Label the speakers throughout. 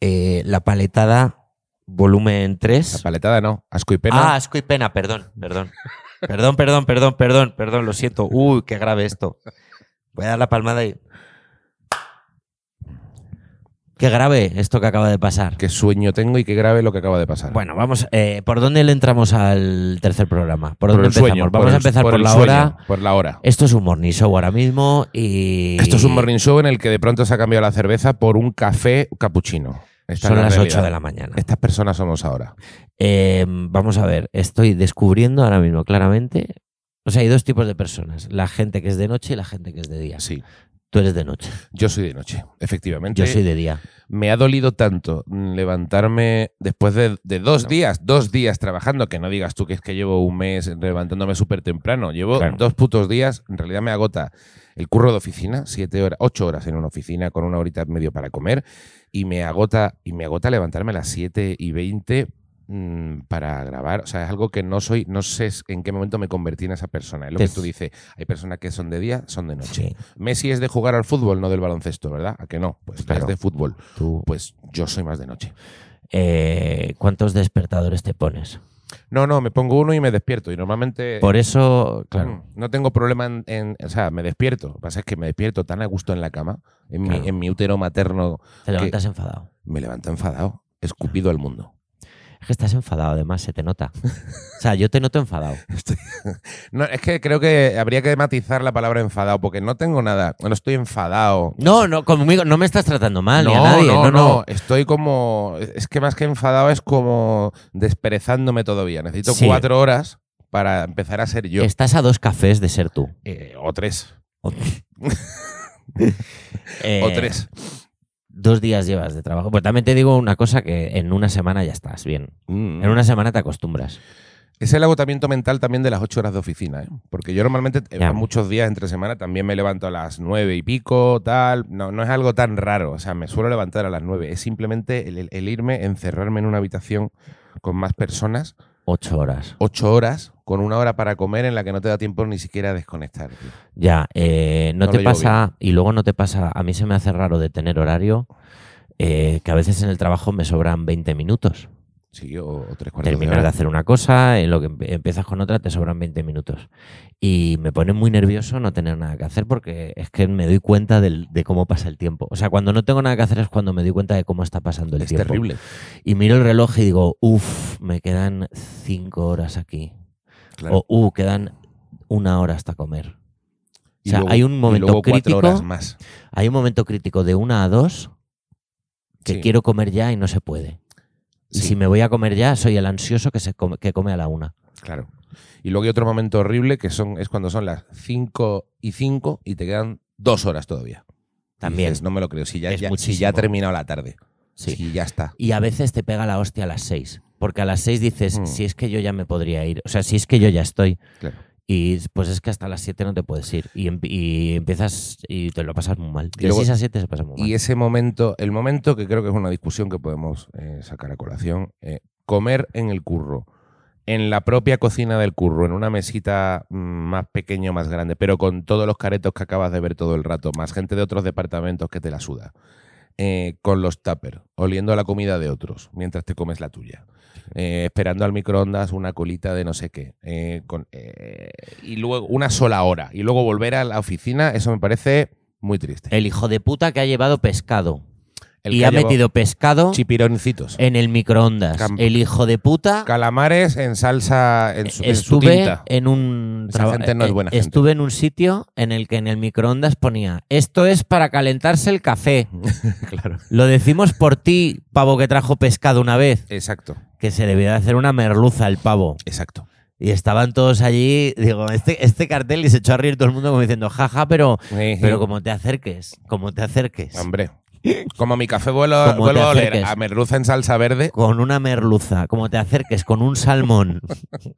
Speaker 1: eh, La Paletada, volumen
Speaker 2: La
Speaker 1: 3.
Speaker 2: paletada no. Asco y
Speaker 1: Ah,
Speaker 2: pena.
Speaker 1: asco y pena, perdón, perdón. Perdón, perdón, perdón, perdón, perdón, lo siento. Uy, qué grave esto. Voy a dar la palmada y. Qué grave esto que acaba de pasar.
Speaker 2: qué sueño tengo y qué grave lo que acaba de pasar.
Speaker 1: Bueno, vamos, eh, ¿por dónde le entramos al tercer programa? ¿Por,
Speaker 2: Por
Speaker 1: dónde
Speaker 2: el
Speaker 1: empezamos?
Speaker 2: sueño,
Speaker 1: vamos
Speaker 2: el-
Speaker 1: a empezar por,
Speaker 2: el
Speaker 1: la
Speaker 2: sueño,
Speaker 1: hora. Eh,
Speaker 2: Por la hora.
Speaker 1: Esto es un morning show ahora mismo y.
Speaker 2: Esto es un morning show en el que de pronto se ha cambiado la cerveza por un café capuchino. Esta es
Speaker 1: Son
Speaker 2: la
Speaker 1: las
Speaker 2: realidad.
Speaker 1: 8 de la mañana.
Speaker 2: Estas personas somos ahora.
Speaker 1: Eh, vamos a ver, estoy descubriendo ahora mismo claramente. O sea, hay dos tipos de personas: la gente que es de noche y la gente que es de día.
Speaker 2: Sí.
Speaker 1: Tú eres de noche,
Speaker 2: Yo soy de noche, efectivamente.
Speaker 1: yo soy de día.
Speaker 2: Me ha dolido tanto mm, levantarme después de, de dos días, dos días trabajando, que no digas tú que es que llevo un mes levantándome súper temprano. Llevo
Speaker 1: Claro.
Speaker 2: dos putos días, en realidad me agota el curro de oficina, siete horas, ocho horas en una oficina con una horita y medio para comer, y me agota, y me agota levantarme a las siete y veinte mm, para grabar. O sea, es algo que no soy, no sé en qué momento me convertí en esa persona. Es lo
Speaker 1: Te-
Speaker 2: que tú dices, hay personas que son de día, son de noche.
Speaker 1: Sí,
Speaker 2: Messi es de jugar al fútbol, no del baloncesto, ¿verdad? ¿A que no? Pues
Speaker 1: Claro.
Speaker 2: es de fútbol.
Speaker 1: tú.
Speaker 2: Pues yo soy más de noche.
Speaker 1: Eh, ¿Cuántos despertadores te pones?
Speaker 2: No, no, me pongo uno y me despierto. Y normalmente
Speaker 1: Por eso, claro.
Speaker 2: mm, no tengo problema en, en- O sea, me despierto. Lo que pasa es que me despierto tan a gusto en la cama, en,
Speaker 1: Claro.
Speaker 2: mi, en mi útero materno,
Speaker 1: Te levantas enfadado.
Speaker 2: me levanto enfadado, escupido al mundo.
Speaker 1: Es que estás enfadado, además, se te nota. O sea, yo te noto enfadado.
Speaker 2: No, es que creo que habría que matizar la palabra enfadado, porque no tengo nada. No estoy enfadado.
Speaker 1: No, no, conmigo no me estás tratando mal, Ah, ni a nadie. No, no.
Speaker 2: Estoy como. Es que más que enfadado es como desperezándome todavía. Necesito
Speaker 1: Sí.
Speaker 2: cuatro horas para empezar a ser yo.
Speaker 1: Estás a dos cafés de ser tú.
Speaker 2: Eh, o tres.
Speaker 1: O,
Speaker 2: o
Speaker 1: Eh,
Speaker 2: tres.
Speaker 1: Dos días llevas de trabajo. Pues también te digo una cosa que en una semana ya estás bien.
Speaker 2: Mm.
Speaker 1: En una semana te acostumbras.
Speaker 2: Es el agotamiento mental también de las ocho horas de oficina, ¿eh? Porque yo normalmente eh,
Speaker 1: Ya.
Speaker 2: muchos días entre semana también me levanto a las nueve y pico, tal. No, no es algo tan raro. O sea, me suelo levantar a las nueve. Es simplemente el, el- el irme, encerrarme en una habitación con más personas,
Speaker 1: Ocho horas.
Speaker 2: ocho horas, con una hora para comer en la que no te da tiempo ni siquiera a desconectar. tío.
Speaker 1: Ya, eh, no,
Speaker 2: No
Speaker 1: te
Speaker 2: lo llevo
Speaker 1: pasa, y luego no te pasa, a mí se me hace raro de tener horario, eh, que a veces en el trabajo me sobran 20 minutos.
Speaker 2: Sí, o, o tres cuartos de
Speaker 1: Terminas de
Speaker 2: hora.
Speaker 1: hacer una cosa, en lo que empe- empiezas con otra te sobran 20 minutos. Y me pone muy nervioso no tener nada que hacer porque es que me doy cuenta del- de cómo pasa el tiempo. O sea, cuando no tengo nada que hacer es cuando me doy cuenta de cómo está pasando el
Speaker 2: Es
Speaker 1: tiempo.
Speaker 2: terrible.
Speaker 1: Y miro el reloj y digo, uff, me quedan 5 horas aquí.
Speaker 2: Claro.
Speaker 1: O, uh, quedan una hora hasta comer.
Speaker 2: Y
Speaker 1: o sea, hay un
Speaker 2: y
Speaker 1: momento
Speaker 2: luego cuatro
Speaker 1: crítico.
Speaker 2: horas más.
Speaker 1: Hay un momento crítico de una a dos que
Speaker 2: Sí,
Speaker 1: quiero comer ya y no se puede. Y
Speaker 2: sí.
Speaker 1: si me voy a comer ya, soy el ansioso que, se come, que come a la una.
Speaker 2: Claro. Y luego hay otro momento horrible que son, es cuando son las 5 y 5 y te quedan dos horas todavía. Y
Speaker 1: También.
Speaker 2: dices, no me lo creo. Si ya,
Speaker 1: Es
Speaker 2: ya- si
Speaker 1: muchísimo.
Speaker 2: ya ha terminado la tarde.
Speaker 1: Sí.
Speaker 2: Si ya está.
Speaker 1: Y a veces te pega la hostia a las seis. Porque a las seis dices,
Speaker 2: Mm.
Speaker 1: si es que yo ya me podría ir. O sea, si es que yo ya estoy.
Speaker 2: Claro.
Speaker 1: Y pues es que hasta las siete no te puedes ir. Y, em- y empiezas y te lo pasas muy mal.
Speaker 2: Y
Speaker 1: De
Speaker 2: luego-
Speaker 1: seis a siete se pasa muy mal.
Speaker 2: Y ese momento, el momento que creo que es una discusión que podemos eh, sacar a colación, eh, comer en el curro, en la propia cocina del curro, en una mesita mm, más pequeña o más grande, pero con todos los caretos que acabas de ver todo el rato, más gente de otros departamentos que te la suda, eh, con los tuppers, oliendo a la comida de otros mientras te comes la tuya. eh, esperando al microondas una colita de no sé qué eh, con, eh, y luego una sola hora y luego volver a la oficina eso me parece muy triste
Speaker 1: El hijo de puta que ha llevado pescado.
Speaker 2: El
Speaker 1: Eh, y
Speaker 2: que
Speaker 1: ha
Speaker 2: llevado-
Speaker 1: metido pescado
Speaker 2: Chipironcitos.
Speaker 1: en el microondas.
Speaker 2: Cam-
Speaker 1: El hijo de puta.
Speaker 2: Calamares en salsa, en su, en su
Speaker 1: estuve
Speaker 2: tinta.
Speaker 1: en un
Speaker 2: Esa gente no es
Speaker 1: eh,
Speaker 2: buena
Speaker 1: estuve en un sitio en el que en el microondas ponía esto es para calentarse el café
Speaker 2: claro.
Speaker 1: lo decimos por ti pavo que trajo pescado una vez
Speaker 2: Exacto,
Speaker 1: que se debía de hacer una merluza el pavo
Speaker 2: exacto.
Speaker 1: y estaban todos allí digo este, este cartel y se echó a reír todo el mundo como diciendo jaja pero
Speaker 2: Sí, sí.
Speaker 1: pero como te acerques como te acerques
Speaker 2: Hombre. Como mi café vuelvo,
Speaker 1: Como
Speaker 2: vuelvo
Speaker 1: te
Speaker 2: a oler
Speaker 1: acerques.
Speaker 2: a merluza en salsa verde.
Speaker 1: con una merluza, como te acerques con un salmón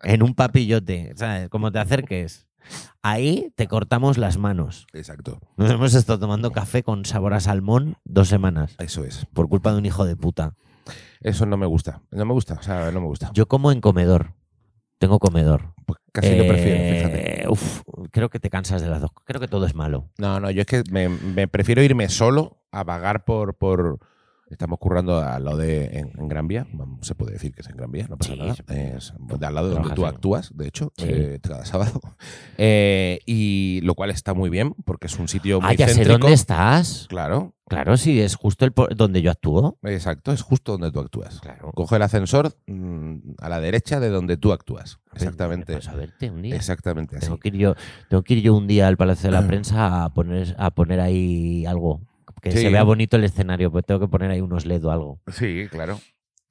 Speaker 1: en un papillote, ¿sabes? Como te acerques, ahí te cortamos las manos.
Speaker 2: Exacto,
Speaker 1: Nos hemos estado tomando café con sabor a salmón dos semanas
Speaker 2: eso es.
Speaker 1: por culpa de un hijo de puta.
Speaker 2: Eso no me gusta. No me gusta, o sea, no me gusta.
Speaker 1: Yo como en comedor. Tengo comedor.
Speaker 2: Pues casi lo
Speaker 1: Eh,
Speaker 2: prefiero, fíjate.
Speaker 1: uf, creo que te cansas de las dos. Creo que todo es malo.
Speaker 2: No, no, yo es que me, me prefiero irme solo a vagar por, por Estamos currando al lado de. En, en Gran Vía, vamos, se puede decir que es en Gran Vía, no pasa
Speaker 1: Sí,
Speaker 2: nada.
Speaker 1: se
Speaker 2: Es al lado de donde
Speaker 1: Trabajas
Speaker 2: tú
Speaker 1: en-
Speaker 2: actúas, de hecho,
Speaker 1: Sí.
Speaker 2: eh, cada sábado. Eh, y lo cual está muy bien, porque es un sitio muy
Speaker 1: Ah, ya sé
Speaker 2: céntrico.
Speaker 1: dónde estás.
Speaker 2: Claro,
Speaker 1: Claro, sí, es justo el po- donde yo actúo.
Speaker 2: exacto, es justo donde tú actúas.
Speaker 1: Claro.
Speaker 2: Coge el ascensor mm, a la derecha de donde tú actúas. Exactamente.
Speaker 1: Pues a verte un día.
Speaker 2: Exactamente así.
Speaker 1: Tengo que, ir yo, tengo que ir yo un día al Palacio de la Prensa a poner, a poner ahí algo. Que
Speaker 2: Sí.
Speaker 1: se vea bonito el escenario, pues tengo que poner ahí unos LED o algo.
Speaker 2: Sí, claro.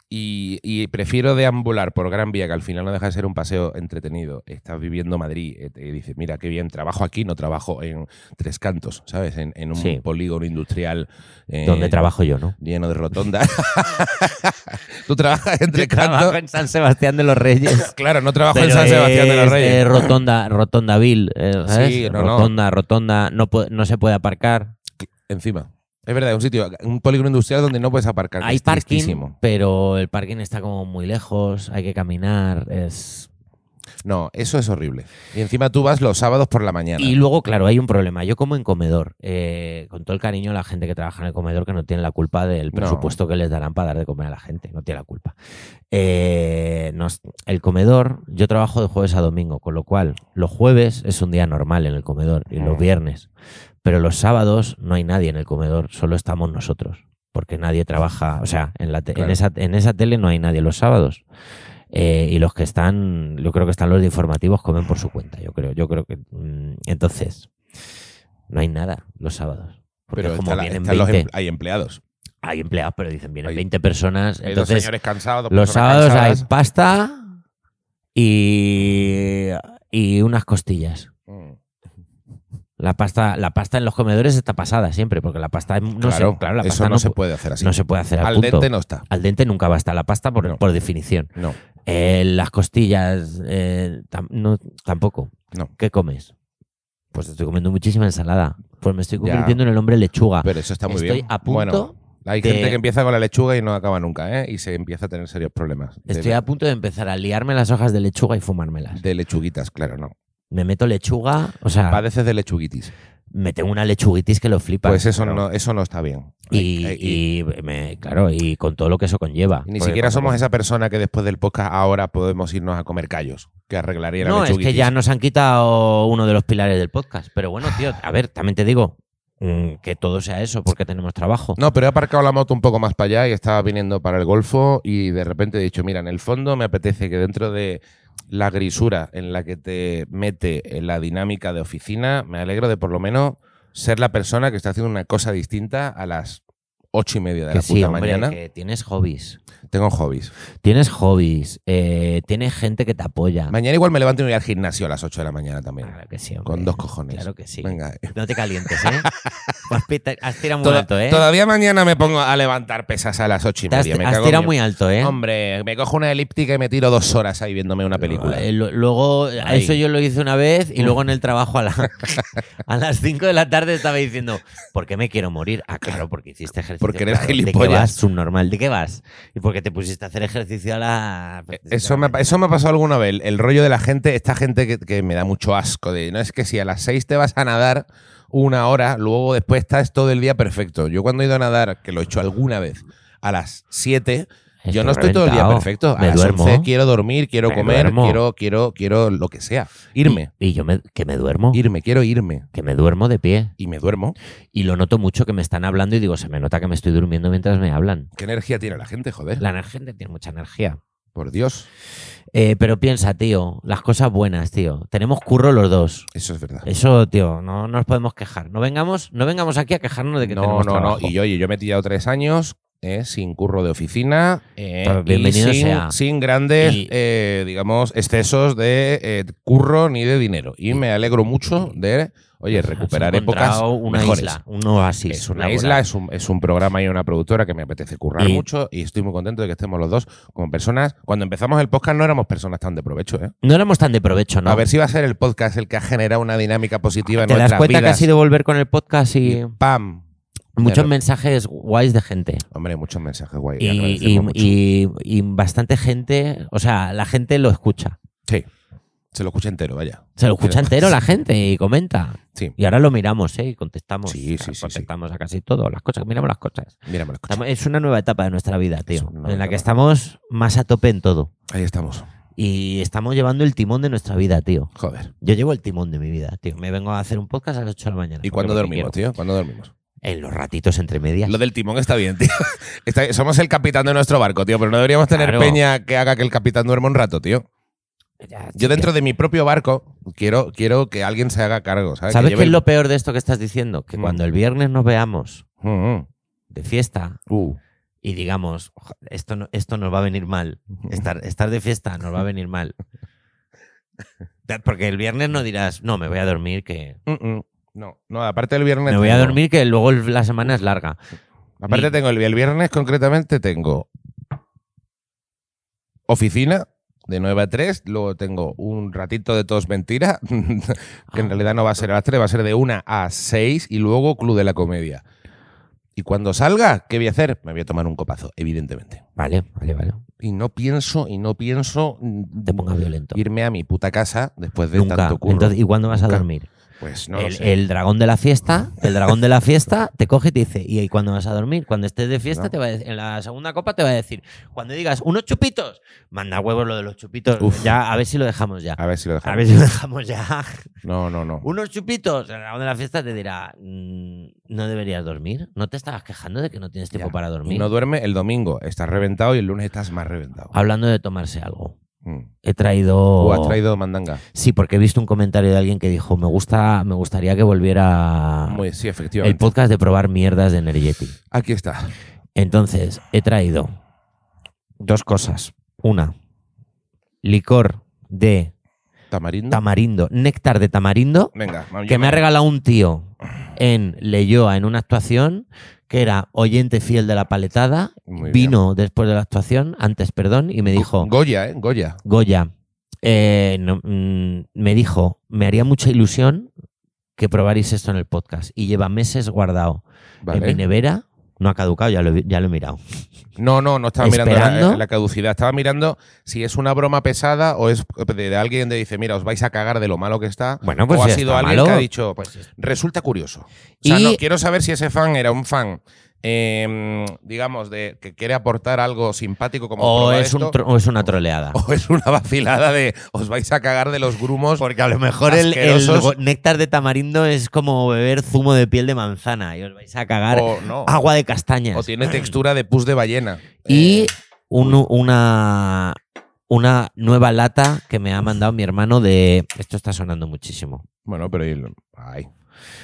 Speaker 2: Y, y prefiero deambular por Gran Vía, que al final no deja de ser un paseo entretenido. Estás viviendo Madrid eh, y dices, mira, qué bien, trabajo aquí, no trabajo en Tres Cantos, ¿sabes? En, en un
Speaker 1: Sí.
Speaker 2: polígono industrial. eh,
Speaker 1: Donde trabajo yo, ¿no?
Speaker 2: Lleno de rotondas. Tú trabajas en Tres
Speaker 1: Trabajo
Speaker 2: Cantos.
Speaker 1: en San Sebastián de los Reyes.
Speaker 2: Claro, no trabajo en
Speaker 1: Pero
Speaker 2: San Sebastián de los
Speaker 1: es, eh,
Speaker 2: Reyes.
Speaker 1: rotonda, rotonda vil, eh, ¿sabes?
Speaker 2: Sí, no, no.
Speaker 1: rotonda, rotonda, no, pu- no se puede aparcar.
Speaker 2: Encima. Es verdad, es un sitio, un polígono industrial donde no puedes aparcar. que
Speaker 1: hay
Speaker 2: es
Speaker 1: parking,
Speaker 2: tristísimo.
Speaker 1: pero el parking está como muy lejos, hay que caminar, es...
Speaker 2: No, eso es horrible. Y encima tú vas los sábados por la mañana.
Speaker 1: Y luego, claro, hay un problema. Yo como en comedor, eh, con todo el cariño a la gente que trabaja en el comedor, que no tiene la culpa del
Speaker 2: No.
Speaker 1: presupuesto que les darán para dar de comer a la gente, no tiene la culpa. Eh, nos- el comedor, yo trabajo de jueves a domingo, con lo cual los jueves es un día normal en el comedor y los
Speaker 2: Mm.
Speaker 1: viernes, pero los sábados no hay nadie en el comedor, solo estamos nosotros, porque nadie trabaja, o sea, en, la te-
Speaker 2: Claro.
Speaker 1: en, esa, en esa tele no hay nadie los sábados. Eh, y los que están, yo creo que están los de informativos, comen por su cuenta, yo creo. Yo creo que. mm, entonces, no hay nada los sábados. Porque
Speaker 2: pero
Speaker 1: es como
Speaker 2: está la-
Speaker 1: vienen
Speaker 2: están los
Speaker 1: 20,
Speaker 2: em- hay empleados.
Speaker 1: hay empleados, pero dicen vienen
Speaker 2: Hay-
Speaker 1: 20 personas.
Speaker 2: Hay dos
Speaker 1: Entonces,
Speaker 2: señores cansados, dos
Speaker 1: los
Speaker 2: personas
Speaker 1: sábados hay
Speaker 2: cansadas.
Speaker 1: pasta y, y unas costillas.
Speaker 2: Mm.
Speaker 1: La pasta, la pasta en los comedores está pasada siempre, porque la pasta no
Speaker 2: claro,
Speaker 1: se, claro, la
Speaker 2: eso
Speaker 1: pasta
Speaker 2: no,
Speaker 1: no,
Speaker 2: se
Speaker 1: pu-
Speaker 2: puede hacer así.
Speaker 1: no se puede hacer al,
Speaker 2: Al
Speaker 1: punto.
Speaker 2: dente no está.
Speaker 1: Al dente nunca va a estar la pasta por-
Speaker 2: No.
Speaker 1: por definición.
Speaker 2: No.
Speaker 1: Eh, las costillas, eh, tam- no, tampoco.
Speaker 2: No.
Speaker 1: ¿Qué comes? Pues estoy comiendo muchísima ensalada. Pues me estoy
Speaker 2: Ya.
Speaker 1: convirtiendo en el hombre lechuga.
Speaker 2: Pero eso está muy
Speaker 1: Ah, Estoy
Speaker 2: bien.
Speaker 1: a punto
Speaker 2: bueno, hay
Speaker 1: de-
Speaker 2: gente que empieza con la lechuga y no acaba nunca, ¿eh? Y se empieza a tener serios problemas. De,
Speaker 1: Estoy a punto de empezar a liarme las hojas de lechuga y fumármelas.
Speaker 2: de lechuguitas, claro, no.
Speaker 1: Me meto lechuga, o sea,
Speaker 2: Padeces de lechuguitis.
Speaker 1: me tengo una lechuguitis que lo flipa.
Speaker 2: Pues eso,
Speaker 1: Claro.
Speaker 2: no, eso no está bien.
Speaker 1: Y, pues
Speaker 2: Hay-
Speaker 1: y me- claro, y con todo lo que eso conlleva.
Speaker 2: Ni
Speaker 1: Porque
Speaker 2: siquiera
Speaker 1: cuando-
Speaker 2: somos esa persona que después del podcast ahora podemos irnos a comer callos, que arreglaría la
Speaker 1: No, es
Speaker 2: lechuguitis.
Speaker 1: que ya nos han quitado uno de los pilares del podcast. Pero bueno, tío, a ver, también te digo mm, que todo sea eso porque tenemos trabajo.
Speaker 2: No, pero he aparcado la moto un poco más para allá y estaba viniendo para el Golfo y de repente he dicho, mira, en el fondo me apetece que dentro de la grisura en la que te mete en la dinámica de oficina, me alegro de por lo menos ser la persona que está haciendo una cosa distinta a las ocho y media de
Speaker 1: que
Speaker 2: la
Speaker 1: sí,
Speaker 2: puta
Speaker 1: hombre,
Speaker 2: mañana.
Speaker 1: que tienes hobbies.
Speaker 2: Tengo hobbies.
Speaker 1: Tienes hobbies, eh, tienes gente que te apoya.
Speaker 2: Mañana igual me levanto y me voy al gimnasio a las ocho de la mañana también.
Speaker 1: Claro que sí, hombre.
Speaker 2: con dos cojones.
Speaker 1: Claro que Ah, sí.
Speaker 2: Venga. eh.
Speaker 1: No te calientes, ¿eh? has, pita- has tirado muy
Speaker 2: Toda-
Speaker 1: alto, ¿eh?
Speaker 2: Todavía mañana me pongo a levantar pesas a las ocho y
Speaker 1: Te has,
Speaker 2: media. me
Speaker 1: has
Speaker 2: cago en
Speaker 1: tirado
Speaker 2: mi-
Speaker 1: muy alto, ¿eh?
Speaker 2: Hombre, me cojo una elíptica y me tiro dos horas ahí viéndome una película.
Speaker 1: Eh, lo- Luego, a
Speaker 2: Ahí.
Speaker 1: eso yo lo hice una vez y luego en el trabajo a, la- a las 5 de la tarde estaba diciendo, ¿por qué me quiero morir? Ah, claro, porque hiciste ejercicio.
Speaker 2: Porque eres
Speaker 1: claro. ¿De qué
Speaker 2: gilipollas.
Speaker 1: vas, subnormal? ¿De qué vas? Y porque te pusiste a hacer ejercicio a la...
Speaker 2: Eh, Eso me, ha pa- eso me ha pasado alguna vez, el, el rollo de la gente, esta gente que, que me da mucho asco, de no es que si a las seis te vas a nadar una hora, luego después estás todo el día perfecto. Yo cuando he ido a nadar, que lo he hecho alguna vez, a las 7, yo no estoy todo el día
Speaker 1: reventado.
Speaker 2: perfecto. A
Speaker 1: Me
Speaker 2: las
Speaker 1: duermo.
Speaker 2: 11 quiero dormir, quiero
Speaker 1: Me
Speaker 2: comer,
Speaker 1: duermo.
Speaker 2: quiero, quiero, quiero lo que sea. Irme,
Speaker 1: Y, y yo me, que me duermo.
Speaker 2: irme, quiero irme.
Speaker 1: Que me duermo de pie.
Speaker 2: Y me duermo.
Speaker 1: Y lo noto mucho que me están hablando y digo, se me nota que me estoy durmiendo mientras me hablan.
Speaker 2: ¿Qué energía tiene la gente, joder?
Speaker 1: La gente tiene mucha energía.
Speaker 2: Por Dios,
Speaker 1: Eh, pero piensa, tío, las cosas buenas, tío. Tenemos curro los dos.
Speaker 2: eso es verdad.
Speaker 1: Eso, tío, no nos podemos quejar. No vengamos, no vengamos aquí a quejarnos de que
Speaker 2: no,
Speaker 1: tenemos
Speaker 2: no,
Speaker 1: trabajo.
Speaker 2: no. Y oye, yo me he tirado tres años eh, sin curro de oficina. eh,
Speaker 1: Pero
Speaker 2: y
Speaker 1: bienvenido
Speaker 2: sin,
Speaker 1: sea.
Speaker 2: sin grandes,
Speaker 1: Y-
Speaker 2: eh, digamos, excesos de eh, curro ni de dinero. Y me alegro mucho de, oye,
Speaker 1: Has
Speaker 2: recuperar
Speaker 1: encontrado
Speaker 2: épocas
Speaker 1: una
Speaker 2: mejores.
Speaker 1: isla, un oasis.
Speaker 2: Es una
Speaker 1: laboral.
Speaker 2: isla, es un, es un programa y una productora que me apetece currar
Speaker 1: Y-
Speaker 2: mucho y estoy muy contento de que estemos los dos como personas. Cuando empezamos el podcast no éramos personas tan de provecho, ¿eh?
Speaker 1: No éramos tan de provecho, ¿no?
Speaker 2: A ver si va a ser el podcast el que ha generado una dinámica positiva en
Speaker 1: ¿Te das
Speaker 2: nuestras
Speaker 1: cuenta que ha
Speaker 2: vidas.
Speaker 1: sido volver con el podcast y,
Speaker 2: Y ¡Pam!
Speaker 1: muchos
Speaker 2: Claro.
Speaker 1: mensajes guays de gente?
Speaker 2: Hombre, muchos mensajes guay.
Speaker 1: Y,
Speaker 2: agradecemos mucho.
Speaker 1: y- y- y bastante gente, o sea, la gente lo escucha.
Speaker 2: Sí. Se lo escucha entero, vaya.
Speaker 1: Se lo escucha entero la gente y comenta.
Speaker 2: Sí,
Speaker 1: Y ahora lo miramos, ¿eh? Y contestamos.
Speaker 2: Sí, sí, sí,
Speaker 1: Contestamos a casi todo, las cosas, miramos las cosas.
Speaker 2: mira, me lo escucha.
Speaker 1: Estamos- es una nueva etapa de nuestra vida,
Speaker 2: Es
Speaker 1: tío.
Speaker 2: una nueva
Speaker 1: En la que
Speaker 2: etapa.
Speaker 1: estamos más a tope en todo.
Speaker 2: Ahí estamos.
Speaker 1: Y estamos llevando el timón de nuestra vida, tío.
Speaker 2: Joder.
Speaker 1: Yo llevo el timón de mi vida, tío. Me vengo a hacer un podcast a las 8 de la mañana.
Speaker 2: ¿Y
Speaker 1: porque
Speaker 2: cuándo
Speaker 1: porque
Speaker 2: dormimos,
Speaker 1: quiero.
Speaker 2: tío? ¿Cuándo dormimos?
Speaker 1: En los ratitos entre medias.
Speaker 2: Lo del timón está bien, tío. Está- somos el capitán de nuestro barco, tío, pero no deberíamos tener
Speaker 1: Claro.
Speaker 2: peña que haga que el capitán duerma un rato, tío.
Speaker 1: Ya,
Speaker 2: Yo dentro de mi propio barco quiero, quiero que alguien se haga cargo, ¿sabes?
Speaker 1: ¿Sabes
Speaker 2: Ah, Que
Speaker 1: qué es
Speaker 2: lleve
Speaker 1: lo peor de esto que estás diciendo? Que
Speaker 2: Mm.
Speaker 1: cuando el viernes nos veamos
Speaker 2: el- Mm,
Speaker 1: de fiesta
Speaker 2: mm. Uh.
Speaker 1: y digamos, "Ojo, esto, no- esto nos va a venir mal, estar, estar de fiesta nos va a venir mal. Da- Porque el viernes no dirás, no, me voy a dormir, que...
Speaker 2: Mm, mm. No, no, aparte del viernes.
Speaker 1: Me voy a
Speaker 2: tengo-
Speaker 1: dormir, que luego el- la semana es larga.
Speaker 2: Aparte
Speaker 1: Ni-
Speaker 2: tengo el, el viernes concretamente tengo oficina de 9 a 3, luego tengo un ratito de tos mentira, que
Speaker 1: Ah,
Speaker 2: en realidad no va a ser a las 3, va a ser de 1 a 6 y luego Club de la Comedia. Y cuando salga, ¿qué voy a hacer? Me voy a tomar un copazo, evidentemente.
Speaker 1: Vale, vale, vale.
Speaker 2: Y no pienso, y no pienso mm,
Speaker 1: Te pongas violento.
Speaker 2: irme a mi puta casa después de
Speaker 1: Nunca.
Speaker 2: tanto curro.
Speaker 1: Entonces, ¿Y cuándo vas
Speaker 2: Nunca.
Speaker 1: a dormir?
Speaker 2: pues no lo
Speaker 1: el,
Speaker 2: sé.
Speaker 1: el dragón de la fiesta, el dragón de la fiesta te coge y te dice, ¿y cuándo vas a dormir? Cuando estés de fiesta,
Speaker 2: No.
Speaker 1: te va a dec- en la segunda copa te va a decir, cuando digas unos chupitos, manda huevos lo de los chupitos,
Speaker 2: Uf.
Speaker 1: ya, a ver si lo dejamos ya.
Speaker 2: A ver si lo dejamos.
Speaker 1: A ver si lo dejamos ya.
Speaker 2: No, no, no.
Speaker 1: Unos chupitos, el dragón de la fiesta te dirá, "Mm, no deberías dormir, no te estabas quejando de que no tienes tiempo
Speaker 2: Ya.
Speaker 1: para
Speaker 2: Y
Speaker 1: dormir.
Speaker 2: no duerme el domingo, estás reventado y el lunes estás más reventado.
Speaker 1: Hablando de tomarse algo,
Speaker 2: Mm.
Speaker 1: he traído...
Speaker 2: ¿O has traído mandanga?
Speaker 1: Sí, porque he visto un comentario de alguien que dijo, me, gusta, me gustaría que volviera
Speaker 2: Muy, sí,
Speaker 1: Ah. el
Speaker 2: efectivamente.
Speaker 1: podcast de probar mierdas de Energeti.
Speaker 2: Aquí está.
Speaker 1: Entonces, he traído dos cosas. Una, licor de
Speaker 2: Tamarindo.
Speaker 1: tamarindo, néctar de tamarindo,
Speaker 2: Venga, mam,
Speaker 1: que
Speaker 2: yo
Speaker 1: me ha regalado un tío en Leyoa en una actuación que era oyente fiel de la paletada,
Speaker 2: Muy bien.
Speaker 1: vino después de la actuación, antes, perdón, y me dijo,
Speaker 2: Goya, ¿eh? Goya.
Speaker 1: Goya, eh, no, mm, me dijo, me haría mucha ilusión que probarais esto en el podcast. Y lleva meses guardado en mi
Speaker 2: Vale.
Speaker 1: nevera, no ha caducado, ya lo he- ya lo he mirado.
Speaker 2: No, no, no estaba mirando
Speaker 1: Esperando.
Speaker 2: la, la caducidad. Estaba mirando si es una broma pesada o es de, de alguien que dice, mira, os vais a cagar de lo malo que está.
Speaker 1: Bueno, pues
Speaker 2: o
Speaker 1: si
Speaker 2: ha sido
Speaker 1: está
Speaker 2: alguien
Speaker 1: malo,
Speaker 2: que ha dicho, pues,
Speaker 1: pues
Speaker 2: resulta curioso. O sea,
Speaker 1: Y-
Speaker 2: no, quiero saber si ese fan era un fan, eh, digamos, de que quiere aportar algo simpático como
Speaker 1: o
Speaker 2: "Proba
Speaker 1: es, un
Speaker 2: esto",
Speaker 1: tro- o es una troleada.
Speaker 2: o es una vacilada de os vais a cagar de los grumos.
Speaker 1: Porque a lo mejor el, el
Speaker 2: asquerosos
Speaker 1: go- néctar de tamarindo es como beber zumo de piel de manzana y os vais a cagar
Speaker 2: o no.
Speaker 1: agua de castañas.
Speaker 2: O tiene textura de pus de ballena.
Speaker 1: y
Speaker 2: Eh,
Speaker 1: un- una, una nueva lata que me ha mandado mi hermano de... Esto está sonando muchísimo.
Speaker 2: bueno, pero. el- Ay.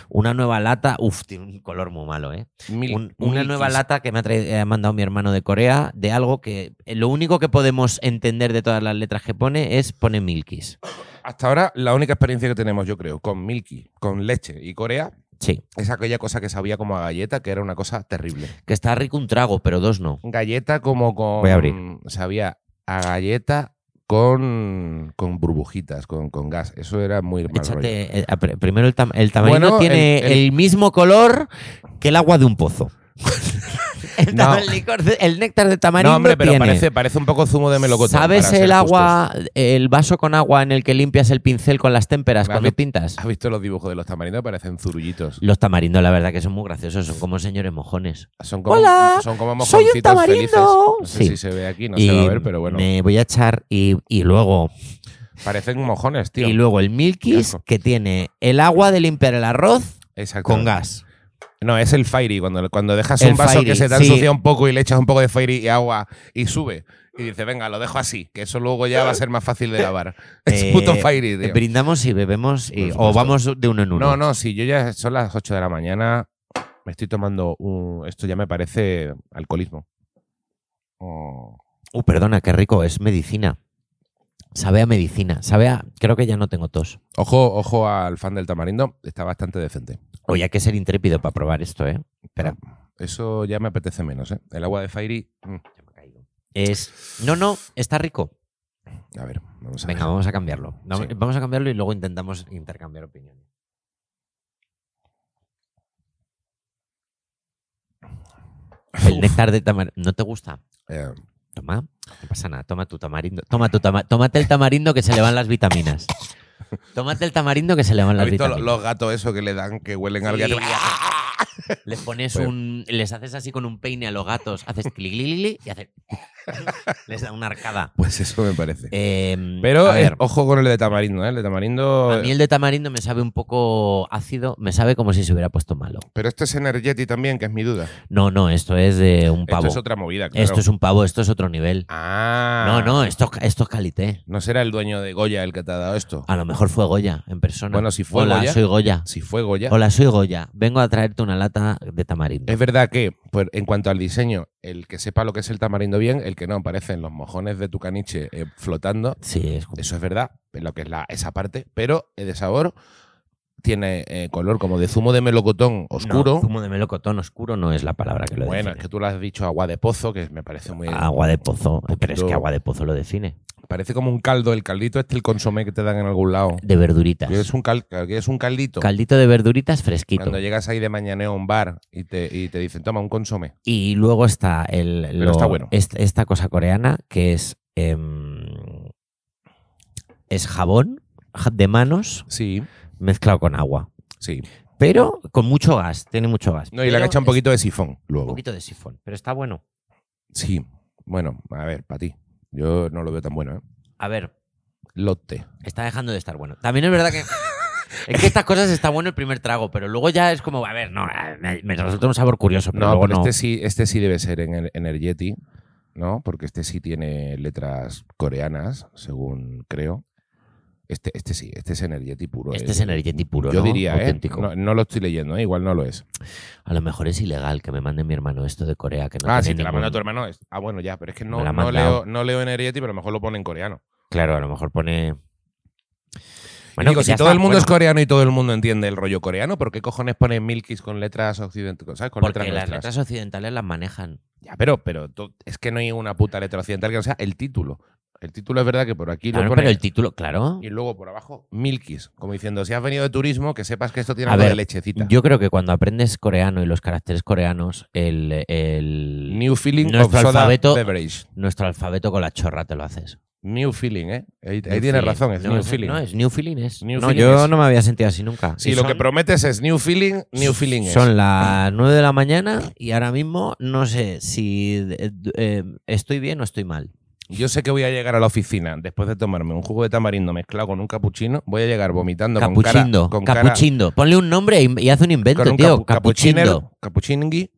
Speaker 1: Una nueva lata, uff, tiene un color muy malo, ¿eh?
Speaker 2: Mil-
Speaker 1: Un- una
Speaker 2: mil
Speaker 1: nueva
Speaker 2: quis-
Speaker 1: lata que me ha, traído- eh, ha mandado mi hermano de Corea de algo que eh, lo único que podemos entender de todas las letras que pone es pone milkis.
Speaker 2: Hasta ahora, la única experiencia que tenemos, yo creo, con Milky, con leche y Corea,
Speaker 1: Sí,
Speaker 2: es aquella cosa que sabía como a galleta, que era una cosa terrible.
Speaker 1: que está rico un trago, pero dos no.
Speaker 2: Galleta como con.
Speaker 1: Voy a abrir.
Speaker 2: Sabía a galleta con, con burbujitas, con, con gas. Eso era muy mal rollo.
Speaker 1: Échate, eh, ah, pr- primero el, tam- el tamarindo
Speaker 2: Bueno,
Speaker 1: tiene el,
Speaker 2: el- el-
Speaker 1: mismo color que el agua de un pozo. el,
Speaker 2: No.
Speaker 1: tama- el licor de- el néctar de tamarindo
Speaker 2: No, hombre, pero
Speaker 1: tiene-
Speaker 2: parece, parece un poco zumo de melocotón.
Speaker 1: ¿Sabes
Speaker 2: para ser
Speaker 1: el
Speaker 2: justos.
Speaker 1: agua, el vaso con agua en el que limpias el pincel con las témperas
Speaker 2: Me
Speaker 1: cuando
Speaker 2: habéis-
Speaker 1: pintas?
Speaker 2: ¿Has visto los dibujos de los tamarindos? Parecen zurullitos.
Speaker 1: Los tamarindos, la verdad que son muy graciosos, son como señores mojones.
Speaker 2: Son como,
Speaker 1: Hola,
Speaker 2: son como
Speaker 1: soy un
Speaker 2: mojoncitos
Speaker 1: tamarindo.
Speaker 2: felices. No sé
Speaker 1: Sí.
Speaker 2: si se ve aquí, no
Speaker 1: Y
Speaker 2: se va a ver, pero bueno.
Speaker 1: Me voy a echar y, y luego
Speaker 2: Parecen mojones, tío.
Speaker 1: y luego el
Speaker 2: Qué
Speaker 1: milkis
Speaker 2: asco.
Speaker 1: que tiene el agua de limpiar el arroz
Speaker 2: Exacto.
Speaker 1: con gas.
Speaker 2: No, es el fairy. Cuando, cuando dejas
Speaker 1: El
Speaker 2: un vaso
Speaker 1: fairy,
Speaker 2: que se te
Speaker 1: sí.
Speaker 2: ensucia un poco y le echas un poco de fairy y agua y sube. Y dice, venga, lo dejo así, que eso luego ya va a ser más fácil de lavar. es
Speaker 1: Eh,
Speaker 2: puto fairy, tío.
Speaker 1: Brindamos y bebemos y-
Speaker 2: Por
Speaker 1: o
Speaker 2: supuesto.
Speaker 1: vamos de uno en uno.
Speaker 2: No, no, si yo ya son las 8 de la mañana, me estoy tomando un. Esto ya me parece alcoholismo. Oh,
Speaker 1: Uh, perdona, qué rico, es medicina. Sabe a medicina, sabe a... Creo que ya no tengo tos.
Speaker 2: Ojo, ojo al fan del tamarindo, está bastante decente.
Speaker 1: Oye, hay que ser intrépido para probar esto, ¿eh? Espera.
Speaker 2: Eso ya me apetece menos, ¿eh? El agua de Fairy. mm,
Speaker 1: Es... No, no, está rico.
Speaker 2: A ver, vamos a
Speaker 1: Venga,
Speaker 2: ver.
Speaker 1: vamos a cambiarlo. Vamos,
Speaker 2: Sí.
Speaker 1: vamos a cambiarlo y luego intentamos intercambiar opiniones. El néctar de tamarindo. ¿No te gusta?
Speaker 2: Eh,
Speaker 1: Toma, no pasa nada. Toma tu tamarindo. Toma tu tama- tómate el tamarindo que se le van las vitaminas. Tómate el tamarindo que se le van
Speaker 2: ¿Has
Speaker 1: las
Speaker 2: visto lo-
Speaker 1: vitaminas.
Speaker 2: los, gatos esos que le dan, que huelen al
Speaker 1: Sí,
Speaker 2: gato?
Speaker 1: haces- les pones
Speaker 2: Pues-
Speaker 1: un. Les haces así con un peine a los gatos. Haces clic, clic, clic, clic y haces. Les da una arcada.
Speaker 2: Pues eso me parece.
Speaker 1: Eh,
Speaker 2: Pero
Speaker 1: a ver,
Speaker 2: eh, ojo con el de tamarindo, ¿eh? El de tamarindo.
Speaker 1: a mí el de tamarindo me sabe un poco ácido. Me sabe como si se hubiera puesto malo.
Speaker 2: Pero esto es Energeti también, que es mi duda.
Speaker 1: No, no, esto es de un pavo.
Speaker 2: Esto es otra movida, claro.
Speaker 1: Esto es un pavo, esto es otro nivel.
Speaker 2: Ah.
Speaker 1: No, no, esto, esto es calité.
Speaker 2: ¿No será el dueño de Goya el que te ha dado esto?
Speaker 1: A lo mejor fue Goya en persona.
Speaker 2: Bueno, si fue
Speaker 1: Hola,
Speaker 2: Goya.
Speaker 1: soy Goya.
Speaker 2: Si fue Goya.
Speaker 1: Hola, soy Goya. Vengo a traerte una lata de tamarindo.
Speaker 2: Es verdad que, pues, en cuanto al diseño, el que sepa lo que es el tamarindo bien, el que no, aparecen los mojones de tu caniche eh, flotando.
Speaker 1: Sí, es como-
Speaker 2: Eso es verdad, en lo que es la, esa parte. Pero eh, de sabor tiene eh, color como de zumo de melocotón oscuro.
Speaker 1: No, zumo de melocotón oscuro no es la palabra que lo
Speaker 2: bueno, es
Speaker 1: define.
Speaker 2: que tú lo has dicho agua de pozo, que me parece muy.
Speaker 1: Agua de pozo. Pero es que
Speaker 2: poquito-
Speaker 1: agua de pozo lo define.
Speaker 2: Parece como un caldo, el caldito este, el consomé que te dan en algún lado.
Speaker 1: De verduritas.
Speaker 2: Que Es un, cal- que es un caldito.
Speaker 1: Caldito de verduritas fresquito.
Speaker 2: Cuando llegas ahí de mañaneo a un bar y te, y te dicen, toma un consomé.
Speaker 1: Y luego está el, lo-
Speaker 2: está bueno.
Speaker 1: est- esta cosa coreana que es. em, es jabón ja- de manos
Speaker 2: Sí,
Speaker 1: mezclado con agua.
Speaker 2: sí.
Speaker 1: Pero con mucho gas, tiene mucho gas.
Speaker 2: No, y le han
Speaker 1: Pero
Speaker 2: echado un
Speaker 1: es
Speaker 2: poquito de sifón
Speaker 1: Un
Speaker 2: luego.
Speaker 1: poquito de sifón, pero está bueno.
Speaker 2: Sí, bueno, a ver, para ti. Yo no lo veo tan bueno, ¿eh?
Speaker 1: A ver,
Speaker 2: Lotte.
Speaker 1: está dejando de estar bueno. También es verdad que. Es que estas cosas está bueno el primer trago, pero luego ya es como, a ver, no, eh, me, me resulta un sabor curioso, pero
Speaker 2: No,
Speaker 1: luego
Speaker 2: pero
Speaker 1: no.
Speaker 2: este sí, este sí debe ser en el Energeti, ¿no? Porque este sí tiene letras coreanas, según creo. Este, este sí, este es Energeti puro.
Speaker 1: Este
Speaker 2: eh.
Speaker 1: es energético puro,
Speaker 2: Yo
Speaker 1: ¿no?
Speaker 2: diría, ¿eh?
Speaker 1: Auténtico.
Speaker 2: No, no lo estoy leyendo, ¿eh? igual no lo es.
Speaker 1: A lo mejor es ilegal que me mande mi hermano esto de Corea, que no
Speaker 2: ah,
Speaker 1: tiene
Speaker 2: sí, te la
Speaker 1: ningún-
Speaker 2: manda tu hermano. es- Ah, bueno, ya, pero es que no,
Speaker 1: Me la ha
Speaker 2: no
Speaker 1: mandado.
Speaker 2: leo, no leo Energeti, pero a lo mejor lo pone en coreano.
Speaker 1: Claro, a lo mejor pone...
Speaker 2: Y digo,
Speaker 1: que
Speaker 2: si
Speaker 1: ya
Speaker 2: todo
Speaker 1: está,
Speaker 2: el mundo
Speaker 1: bueno,
Speaker 2: es coreano y todo el mundo entiende el rollo coreano, ¿por qué cojones ponen Milkis con letras occidentales? ¿Sabes? Con
Speaker 1: Porque
Speaker 2: letras
Speaker 1: las
Speaker 2: nuestras.
Speaker 1: letras occidentales las manejan.
Speaker 2: Ya, pero, pero to- es que no hay una puta letra occidental que no sea el título. El título es verdad que por aquí
Speaker 1: Claro,
Speaker 2: lo
Speaker 1: pero
Speaker 2: pone
Speaker 1: el título, claro.
Speaker 2: y luego por abajo Milkis, como diciendo, si has venido de turismo, que sepas que esto tiene
Speaker 1: A
Speaker 2: algo de
Speaker 1: ver,
Speaker 2: lechecita.
Speaker 1: Yo creo que cuando aprendes coreano y los caracteres coreanos, el, el-
Speaker 2: New feeling of
Speaker 1: Nuestro
Speaker 2: soda
Speaker 1: alfabeto-
Speaker 2: beverage.
Speaker 1: nuestro alfabeto con la chorra te lo haces.
Speaker 2: New feeling, ¿eh? Ahí,
Speaker 1: New
Speaker 2: ahí tiene
Speaker 1: feeling.
Speaker 2: razón, es
Speaker 1: no,
Speaker 2: new
Speaker 1: es,
Speaker 2: feeling.
Speaker 1: No, es New Feeling es.
Speaker 2: New
Speaker 1: no,
Speaker 2: feeling
Speaker 1: yo
Speaker 2: es.
Speaker 1: no me había sentido así nunca.
Speaker 2: si
Speaker 1: Y
Speaker 2: lo
Speaker 1: son-
Speaker 2: que prometes es new feeling, new feeling es.
Speaker 1: Son las 9 de la mañana y ahora mismo no sé si eh, eh, estoy bien o estoy mal.
Speaker 2: Yo sé que voy a llegar a la oficina después de tomarme un jugo de tamarindo mezclado con un capuchino, voy a llegar vomitando
Speaker 1: capuchindo.
Speaker 2: con cara... Con cara
Speaker 1: capuchindo. Ponle un nombre y, y haz un invento,
Speaker 2: con un
Speaker 1: tío.
Speaker 2: capu- capuchiner-
Speaker 1: Capuchindo.
Speaker 2: capuchingui-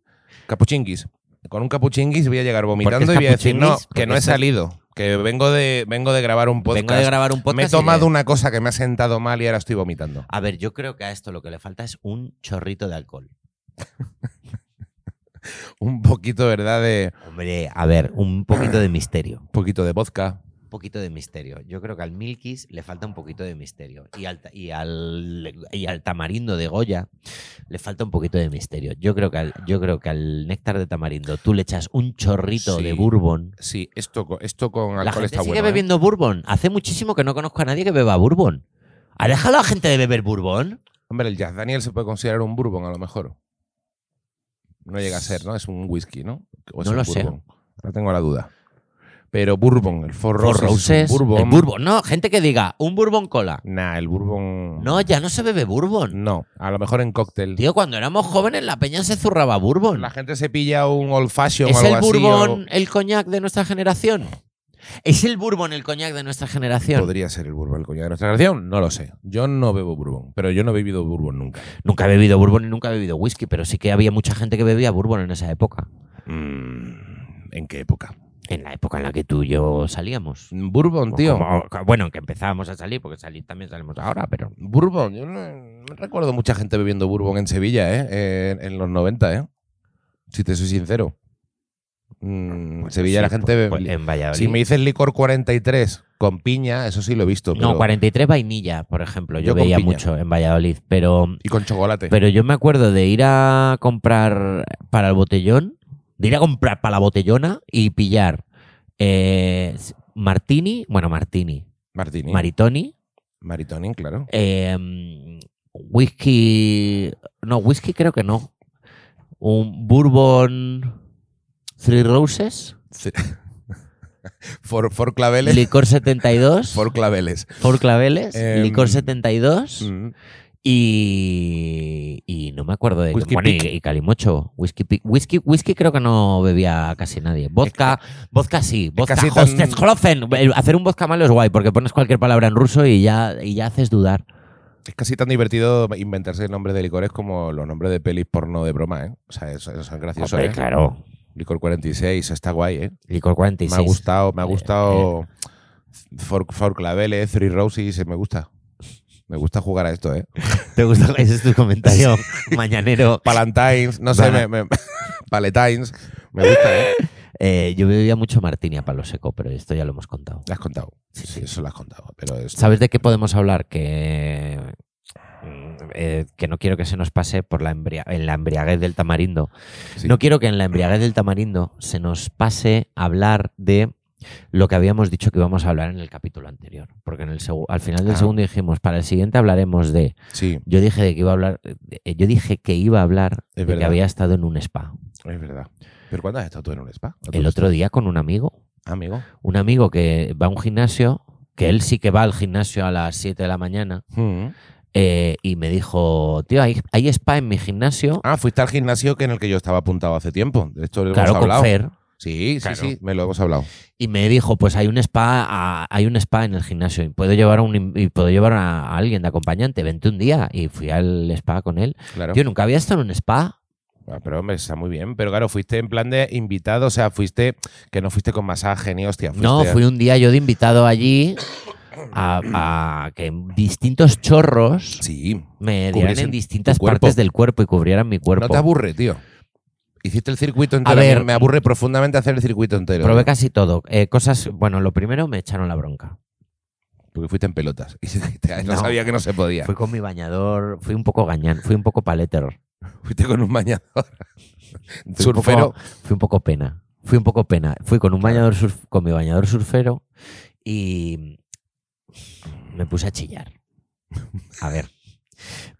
Speaker 2: capuchinguis. Con un capuchinguis voy a llegar vomitando
Speaker 1: es
Speaker 2: y voy a decir, no,
Speaker 1: capuchinguis?
Speaker 2: que
Speaker 1: Porque
Speaker 2: no he
Speaker 1: esto-
Speaker 2: salido, que vengo de, vengo de grabar un podcast.
Speaker 1: Vengo de grabar un podcast.
Speaker 2: Me he
Speaker 1: y
Speaker 2: tomado
Speaker 1: de-
Speaker 2: una cosa que me ha sentado mal y ahora estoy vomitando.
Speaker 1: A ver, yo creo que a esto lo que le falta es un chorrito de alcohol.
Speaker 2: Un poquito, ¿verdad? De
Speaker 1: Hombre, a ver, un poquito de misterio.
Speaker 2: un poquito de vodka.
Speaker 1: Un poquito de misterio. Yo creo que al Milkis le falta un poquito de misterio. Y al, ta- y al, y al tamarindo de Goya le falta un poquito de misterio. Yo creo que al, yo creo que al néctar de tamarindo tú le echas un chorrito
Speaker 2: Sí.
Speaker 1: de bourbon.
Speaker 2: Sí, esto, co- esto con
Speaker 1: La
Speaker 2: alcohol
Speaker 1: gente
Speaker 2: está
Speaker 1: sigue
Speaker 2: bueno. ¿eh?
Speaker 1: bebiendo bourbon. Hace muchísimo que no conozco a nadie que beba bourbon. ¿Ha dejado a la gente de beber bourbon?
Speaker 2: Hombre, el Jack Daniel se puede considerar un bourbon a lo mejor. No llega a ser, ¿no? Es un whisky, ¿no? O es
Speaker 1: No
Speaker 2: un
Speaker 1: lo sé.
Speaker 2: bourbon. No tengo la duda. Pero bourbon, el Four
Speaker 1: Por
Speaker 2: Roses,
Speaker 1: roses.
Speaker 2: el bourbon.
Speaker 1: El bourbon. No, gente que diga, un bourbon cola.
Speaker 2: Nah, el bourbon.
Speaker 1: No, ya no se bebe bourbon.
Speaker 2: No, a lo mejor en cóctel.
Speaker 1: Tío, cuando éramos jóvenes la peña se zurraba bourbon.
Speaker 2: La gente se pilla un old fashion o
Speaker 1: ¿Es
Speaker 2: algo
Speaker 1: el
Speaker 2: así,
Speaker 1: Bourbon el coñac de nuestra generación? ¿Es el Bourbon el coñac de nuestra
Speaker 2: o-
Speaker 1: generación?
Speaker 2: Podría ser el bourbon el coñac de nuestra generación, no lo sé. Yo no bebo bourbon, pero yo no he bebido bourbon nunca.
Speaker 1: Nunca he bebido Bourbon y nunca he bebido whisky, pero sí que había mucha gente que bebía Bourbon en esa época.
Speaker 2: Mm, ¿En qué época?
Speaker 1: En la época en la que tú y yo salíamos.
Speaker 2: Bourbon, tío.
Speaker 1: Pues Como- bueno, que empezábamos a salir, porque salir también salimos ahora, pero.
Speaker 2: Bourbon, yo no, no recuerdo mucha gente bebiendo bourbon en Sevilla, ¿eh? Eh, en, los 90, ¿eh? Si te soy sincero. Mm,
Speaker 1: Bueno,
Speaker 2: Sevilla
Speaker 1: sí,
Speaker 2: la gente bebe.
Speaker 1: pues- pues en Valladolid.
Speaker 2: si me dices licor 43 con piña, eso sí lo he visto.
Speaker 1: no,
Speaker 2: pero-
Speaker 1: 43 vainilla, por ejemplo. Yo,
Speaker 2: Yo con
Speaker 1: veía
Speaker 2: piña.
Speaker 1: mucho en Valladolid, pero
Speaker 2: Y con chocolate.
Speaker 1: Pero yo me acuerdo de ir a comprar para el botellón, de ir a comprar para la botellona y pillar eh, Martini, bueno, Martini,
Speaker 2: Martini.
Speaker 1: Maritoni,
Speaker 2: Maritoni, claro.
Speaker 1: eh, whisky, no, whisky creo que no, un bourbon Three Roses,
Speaker 2: Sí. For, for claveles.
Speaker 1: Licor 72.
Speaker 2: For claveles.
Speaker 1: Por claveles,
Speaker 2: Em,
Speaker 1: licor 72
Speaker 2: Mm.
Speaker 1: y, y no me acuerdo de
Speaker 2: Whisky
Speaker 1: bueno, y,
Speaker 2: Pick.
Speaker 1: y calimocho, whisky, Pick. whisky whisky creo que no bebía casi nadie. Vodka, vodka sí, vodka
Speaker 2: casi tan-
Speaker 1: Hosteshlofen. El- Hacer un vodka malo es guay porque pones cualquier palabra en ruso y ya y ya haces dudar.
Speaker 2: Es casi tan divertido inventarse nombres de licores como los nombres de pelis porno de broma, ¿eh? O sea, eso, eso es gracioso,
Speaker 1: Hombre,
Speaker 2: ¿eh?
Speaker 1: claro.
Speaker 2: Licor 46, está guay, ¿eh?
Speaker 1: Licor 46.
Speaker 2: Me ha gustado, me ha
Speaker 1: Eh,
Speaker 2: gustado for, for Claveles, Three Roses, eh, me gusta. Me gusta jugar a esto, ¿eh?
Speaker 1: ¿Te gusta? Ese es tu comentario mañanero.
Speaker 2: Palantines, no sé,
Speaker 1: Vale.
Speaker 2: me- me- Paletines, me gusta, ¿eh?
Speaker 1: Eh, yo bebía mucho martini a palo seco, pero esto ya lo hemos contado.
Speaker 2: Lo has contado.
Speaker 1: Sí,
Speaker 2: Sí,
Speaker 1: sí.
Speaker 2: eso lo has contado. Pero es-
Speaker 1: ¿Sabes de qué podemos hablar? Que, mm, eh, que no quiero que se nos pase por la, embria- en la embriaguez del tamarindo.
Speaker 2: sí.
Speaker 1: No quiero que en la embriaguez del tamarindo se nos pase hablar de lo que habíamos dicho que íbamos a hablar en el capítulo anterior. Porque en el segu- al final del
Speaker 2: Ah.
Speaker 1: segundo dijimos, para el siguiente hablaremos de.
Speaker 2: Sí,
Speaker 1: Yo dije de que iba a hablar. eh, yo dije que iba a hablar
Speaker 2: Es
Speaker 1: de que
Speaker 2: verdad.
Speaker 1: había estado en un spa.
Speaker 2: es verdad. ¿Pero cuándo has estado tú en un spa?
Speaker 1: El otro día con un amigo.
Speaker 2: Amigo.
Speaker 1: Un amigo que va a un gimnasio, que él sí que va al gimnasio a las 7 de la mañana.
Speaker 2: Mm.
Speaker 1: Eh, y me dijo, tío, hay, hay spa en mi gimnasio.
Speaker 2: Ah, fuiste al gimnasio que en el que yo estaba apuntado hace tiempo. De esto lo
Speaker 1: claro,
Speaker 2: hemos
Speaker 1: con
Speaker 2: hablado.
Speaker 1: Fer.
Speaker 2: Sí, sí,
Speaker 1: Claro.
Speaker 2: sí, me lo hemos hablado.
Speaker 1: Y me dijo, pues hay un spa, a- hay un spa en el gimnasio. Y puedo llevar a un in- y puedo llevar a, a alguien de acompañante. Vente un día. Y fui al spa con él.
Speaker 2: Claro.
Speaker 1: Yo nunca había estado en un spa.
Speaker 2: Ah, pero hombre, está muy bien. Pero claro, fuiste en plan de invitado, o sea, fuiste que no fuiste con masaje ni hostia. Fuiste
Speaker 1: No,
Speaker 2: a-
Speaker 1: fui un día yo de invitado allí a, a que distintos chorros
Speaker 2: Sí.
Speaker 1: me dieran
Speaker 2: Cubriesen
Speaker 1: en
Speaker 2: tu
Speaker 1: distintas
Speaker 2: cuerpo.
Speaker 1: partes del cuerpo y cubrieran mi cuerpo.
Speaker 2: No te aburre, tío. Hiciste el circuito entero.
Speaker 1: ver.
Speaker 2: mí me aburre profundamente hacer el circuito entero.
Speaker 1: Probé casi todo. Eh, cosas, bueno, lo primero me echaron la bronca.
Speaker 2: Porque fuiste en pelotas. Y dijiste, "Ay, no,
Speaker 1: No.
Speaker 2: sabía que no se podía.
Speaker 1: Fui con mi bañador, fui un poco gañán, fui un poco paleter.
Speaker 2: Fuiste con un bañador.
Speaker 1: Fui un
Speaker 2: Surfero.
Speaker 1: poco- fui un poco pena. Fui un poco pena. Fui con un bañador surf- con mi bañador surfero y me puse a chillar. A ver.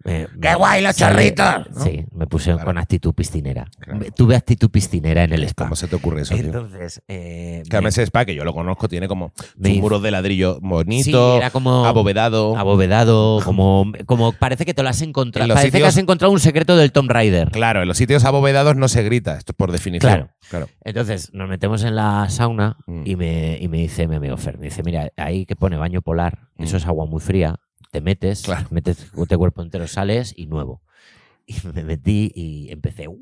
Speaker 1: Me- me-
Speaker 2: guay los
Speaker 1: sale-
Speaker 2: chorritos!
Speaker 1: Sí, me puse
Speaker 2: Claro.
Speaker 1: con actitud piscinera.
Speaker 2: Claro.
Speaker 1: Me- Tuve actitud piscinera en el spa.
Speaker 2: ¿Cómo se te ocurre eso, tío?
Speaker 1: Entonces, eh,
Speaker 2: Que además
Speaker 1: me-
Speaker 2: ese spa, que yo lo conozco, tiene como
Speaker 1: me
Speaker 2: sus
Speaker 1: hizo-
Speaker 2: muros de ladrillo
Speaker 1: sí,
Speaker 2: bonito,
Speaker 1: era como
Speaker 2: abovedado.
Speaker 1: abovedado, como, como parece que te lo has encontrado.
Speaker 2: En los
Speaker 1: Parece que
Speaker 2: sitios-
Speaker 1: has encontrado un secreto del Tomb Raider.
Speaker 2: Claro, en los sitios abovedados no se grita, esto es por definición. Claro.
Speaker 1: Entonces nos metemos en la sauna
Speaker 2: Mm.
Speaker 1: y, me, y me dice mi amigo Fer, me dice, mira, ahí que pone baño polar, eso
Speaker 2: Mm.
Speaker 1: es agua muy fría, te metes,
Speaker 2: Claro.
Speaker 1: metes de cuerpo entero, sales y nuevo. Y me metí y empecé, wow,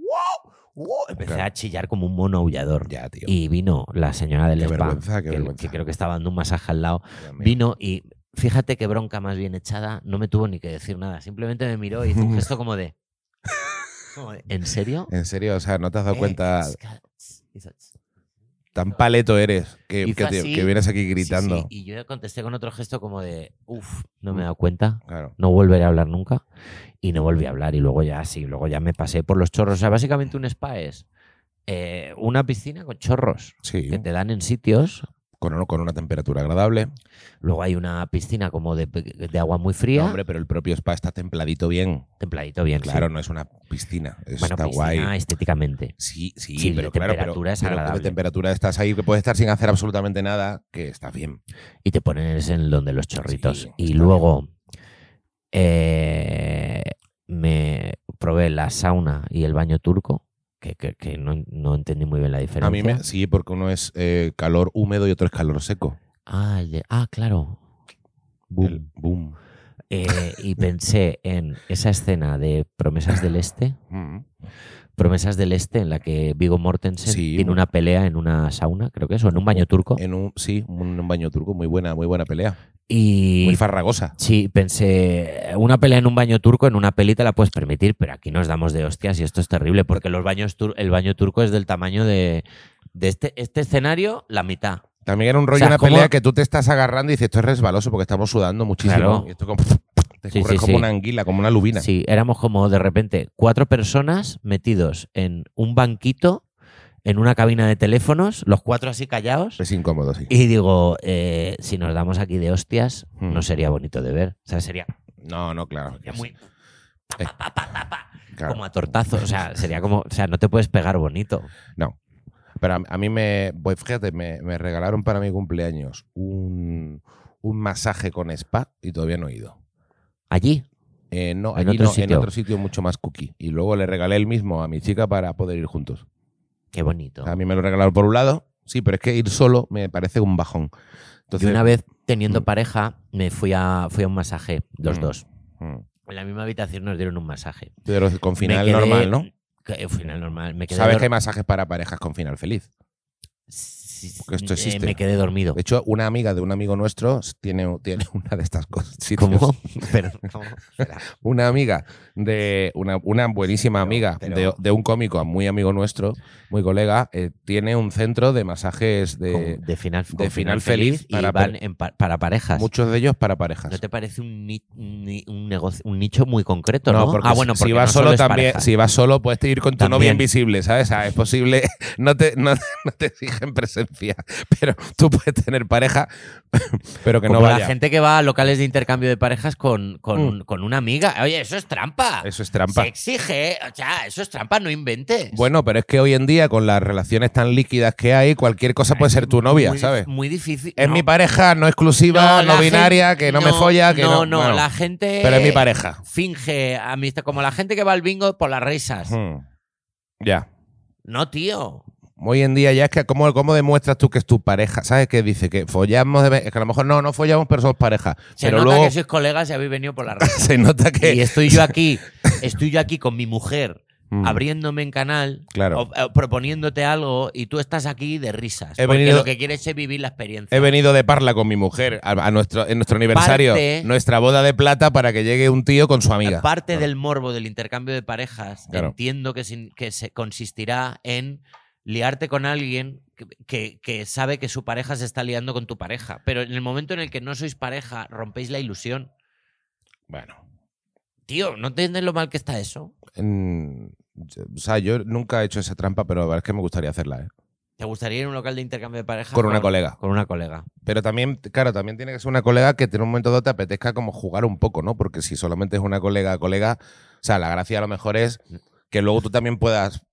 Speaker 1: wow", empecé
Speaker 2: Claro.
Speaker 1: a chillar como un mono aullador.
Speaker 2: Ya, tío.
Speaker 1: Y vino la señora del
Speaker 2: Qué
Speaker 1: spa,
Speaker 2: vergüenza, qué
Speaker 1: que-
Speaker 2: vergüenza.
Speaker 1: que creo que estaba dando un masaje al lado,
Speaker 2: Dios mío.
Speaker 1: vino y fíjate qué bronca más bien echada, no me tuvo ni que decir nada, simplemente me miró y hizo un gesto como de, como de, ¿en serio?
Speaker 2: En serio, o sea, no te has dado
Speaker 1: Eh,
Speaker 2: cuenta
Speaker 1: hizo-
Speaker 2: tan paleto eres que,
Speaker 1: Hizo
Speaker 2: que te-
Speaker 1: así.
Speaker 2: que vienes aquí
Speaker 1: Sí, sí,
Speaker 2: gritando. Mm.
Speaker 1: Y yo contesté con otro gesto como de, uff, no me he dado cuenta,
Speaker 2: Claro.
Speaker 1: no volveré a hablar nunca. Y no volví a hablar. Y luego ya sí, luego ya me pasé por los chorros. O sea, básicamente un spa es eh, una piscina con chorros
Speaker 2: Sí.
Speaker 1: que te dan en sitios.
Speaker 2: Con, un- con una temperatura agradable.
Speaker 1: Luego hay una piscina como de, de agua muy
Speaker 2: No,
Speaker 1: fría.
Speaker 2: hombre, pero el propio spa está templadito bien.
Speaker 1: templadito bien,
Speaker 2: Claro,
Speaker 1: sí.
Speaker 2: no es una piscina. Eso
Speaker 1: Bueno,
Speaker 2: está
Speaker 1: piscina
Speaker 2: guay.
Speaker 1: estéticamente.
Speaker 2: Sí, sí,
Speaker 1: Sí,
Speaker 2: pero
Speaker 1: de
Speaker 2: claro, pero,
Speaker 1: temperatura es
Speaker 2: pero de
Speaker 1: agradable.
Speaker 2: temperatura estás ahí que puedes estar sin hacer absolutamente nada, que está bien.
Speaker 1: Y te pones en donde los chorritos.
Speaker 2: Sí,
Speaker 1: y
Speaker 2: está
Speaker 1: luego eh, me probé la sauna y el baño turco, que, que- que no, no entendí muy bien la diferencia.
Speaker 2: A mí me, sí, porque uno es eh, calor húmedo y otro es calor seco.
Speaker 1: Ah, el de- ah, claro.
Speaker 2: El
Speaker 1: Boom.
Speaker 2: boom.
Speaker 1: Eh, y pensé en esa escena de Promesas del Este.
Speaker 2: Mm.
Speaker 1: Promesas del Este, en la que Vigo Mortensen
Speaker 2: Sí, eh,
Speaker 1: tiene
Speaker 2: bueno.
Speaker 1: una pelea en una sauna, creo que es, o en un baño turco.
Speaker 2: En un, sí, un, un baño turco, muy buena, muy buena pelea.
Speaker 1: Y
Speaker 2: Muy farragosa.
Speaker 1: Sí, pensé, una pelea en un baño turco, en una peli te la puedes permitir, pero aquí nos damos de hostias y esto es terrible, porque los baños tur- el baño turco es del tamaño de, de este, este escenario, la mitad.
Speaker 2: También era un rollo
Speaker 1: O sea,
Speaker 2: una
Speaker 1: ¿cómo-
Speaker 2: pelea que tú te estás agarrando y dices, esto es resbaloso porque estamos sudando muchísimo.
Speaker 1: Claro.
Speaker 2: Y esto como, te
Speaker 1: Sí,
Speaker 2: escurres
Speaker 1: sí,
Speaker 2: como
Speaker 1: sí.
Speaker 2: una anguila, como una lubina.
Speaker 1: Sí, éramos como de repente cuatro personas metidos en un banquito, en una cabina de teléfonos, los cuatro así callados.
Speaker 2: Es incómodo, sí.
Speaker 1: Y digo, eh, si nos damos aquí de hostias,
Speaker 2: Hmm.
Speaker 1: no sería bonito de ver. O sea, sería,
Speaker 2: No, no, claro.
Speaker 1: sería muy
Speaker 2: Eh,
Speaker 1: pa, pa, pa, pa, pa,
Speaker 2: claro.
Speaker 1: como a tortazo. O sea, sería como, o sea, no te puedes pegar bonito.
Speaker 2: No. Pero a, a mí me, pues fíjate, me, me regalaron para mi cumpleaños un, un masaje con spa y todavía no he ido.
Speaker 1: Allí.
Speaker 2: Eh, no,
Speaker 1: ¿En
Speaker 2: allí
Speaker 1: otro
Speaker 2: no, en
Speaker 1: sitio?
Speaker 2: otro sitio mucho más cookie. Y luego le regalé el mismo a mi chica para poder ir juntos.
Speaker 1: Qué bonito.
Speaker 2: A mí me lo regalaron por un lado, sí, pero es que ir solo me parece un bajón. Entonces,
Speaker 1: Yo una vez teniendo
Speaker 2: Mm.
Speaker 1: pareja me fui a, fui a un masaje, los
Speaker 2: Mm.
Speaker 1: dos.
Speaker 2: mm,
Speaker 1: En la misma habitación nos dieron un masaje.
Speaker 2: Pero con final
Speaker 1: Me quedé-
Speaker 2: normal, ¿no?
Speaker 1: que- Final normal. Me quedé
Speaker 2: Sabes
Speaker 1: dor-
Speaker 2: que hay masajes para parejas con final feliz.
Speaker 1: Sí, sí,
Speaker 2: porque esto
Speaker 1: eh,
Speaker 2: existe.
Speaker 1: me quedé dormido.
Speaker 2: De hecho, una amiga de un amigo nuestro tiene, tiene una de estas cosas. sitios.
Speaker 1: ¿Cómo? Pero, ¿cómo? Espera.
Speaker 2: Una amiga de una, una buenísima
Speaker 1: Pero-
Speaker 2: amiga
Speaker 1: pero-
Speaker 2: de, de un cómico muy amigo nuestro, muy colega, eh, tiene un centro de masajes Eh, de
Speaker 1: Con- de final, con
Speaker 2: final feliz
Speaker 1: y
Speaker 2: para
Speaker 1: van
Speaker 2: pare-
Speaker 1: en pa- para parejas.
Speaker 2: muchos de ellos para parejas.
Speaker 1: ¿No te parece un, ni- ni- un, negocio, un nicho muy concreto?
Speaker 2: No,
Speaker 1: No,
Speaker 2: porque
Speaker 1: ah, bueno, porque
Speaker 2: si vas
Speaker 1: no
Speaker 2: solo,
Speaker 1: es
Speaker 2: también,
Speaker 1: pareja.
Speaker 2: si vas solo puedes ir con tu
Speaker 1: También.
Speaker 2: novia invisible, ¿sabes? O sea, es posible, no te, no, no te exigen presencia, pero tú puedes tener pareja, pero que
Speaker 1: Como
Speaker 2: no vaya. Mm.
Speaker 1: la gente que va a locales de intercambio de parejas con, con, con una amiga. Oye, eso es trampa.
Speaker 2: Eso es trampa.
Speaker 1: Se exige, ¿eh? o sea, eso es trampa, no inventes.
Speaker 2: Bueno, pero es que hoy en día, con las relaciones tan líquidas que hay, cualquier cosa puede ser tu novia,
Speaker 1: Muy-
Speaker 2: ¿sabes?
Speaker 1: Muy difícil.
Speaker 2: Es
Speaker 1: No.
Speaker 2: mi pareja, no exclusiva,
Speaker 1: la
Speaker 2: no,
Speaker 1: gen-
Speaker 2: binaria, que no, me folla, que no.
Speaker 1: No, no,
Speaker 2: bueno,
Speaker 1: la gente.
Speaker 2: Pero es mi pareja.
Speaker 1: Finge amistad, como la gente que va al bingo por las risas.
Speaker 2: Hmm. Ya.
Speaker 1: No, tío.
Speaker 2: Hoy en día ya es que, ¿cómo, cómo demuestras tú que es tu pareja? ¿Sabes qué dice? Que follamos de vez- Es que a lo mejor no, no follamos, pero somos pareja.
Speaker 1: Se
Speaker 2: pero
Speaker 1: nota
Speaker 2: luego
Speaker 1: que sois colegas y habéis venido por las risas.
Speaker 2: se nota que.
Speaker 1: Y estoy yo aquí, estoy yo aquí con mi mujer
Speaker 2: Mm.
Speaker 1: abriéndome en canal,
Speaker 2: Claro.
Speaker 1: o- o proponiéndose algo y tú estás aquí de risas.
Speaker 2: He
Speaker 1: porque
Speaker 2: venido-
Speaker 1: lo que quieres es vivir la experiencia.
Speaker 2: He venido de parla con mi mujer a, a nuestro, en nuestro aniversario,
Speaker 1: Parte-
Speaker 2: nuestra boda de plata, para que llegue un tío con su amiga.
Speaker 1: Parte
Speaker 2: Claro.
Speaker 1: del morbo del intercambio de parejas,
Speaker 2: Claro.
Speaker 1: entiendo que, sin- que se consistirá en liarte con alguien que, que- que sabe que su pareja se está liando con tu pareja. Pero en el momento en el que no sois pareja, rompéis la ilusión.
Speaker 2: Bueno.
Speaker 1: Tío, ¿no entiendes lo mal que está eso?
Speaker 2: Mm, o sea, yo nunca he hecho esa trampa, pero la verdad es que me gustaría hacerla, ¿eh?
Speaker 1: ¿Te gustaría ir a un local de intercambio de parejas?
Speaker 2: Con una colega.
Speaker 1: Con una colega.
Speaker 2: Pero también, claro, también tiene que ser una colega que en un momento dado te apetezca como jugar un poco, ¿no? Porque si solamente es una colega, colega, o sea, la gracia a lo mejor es que luego tú también puedas,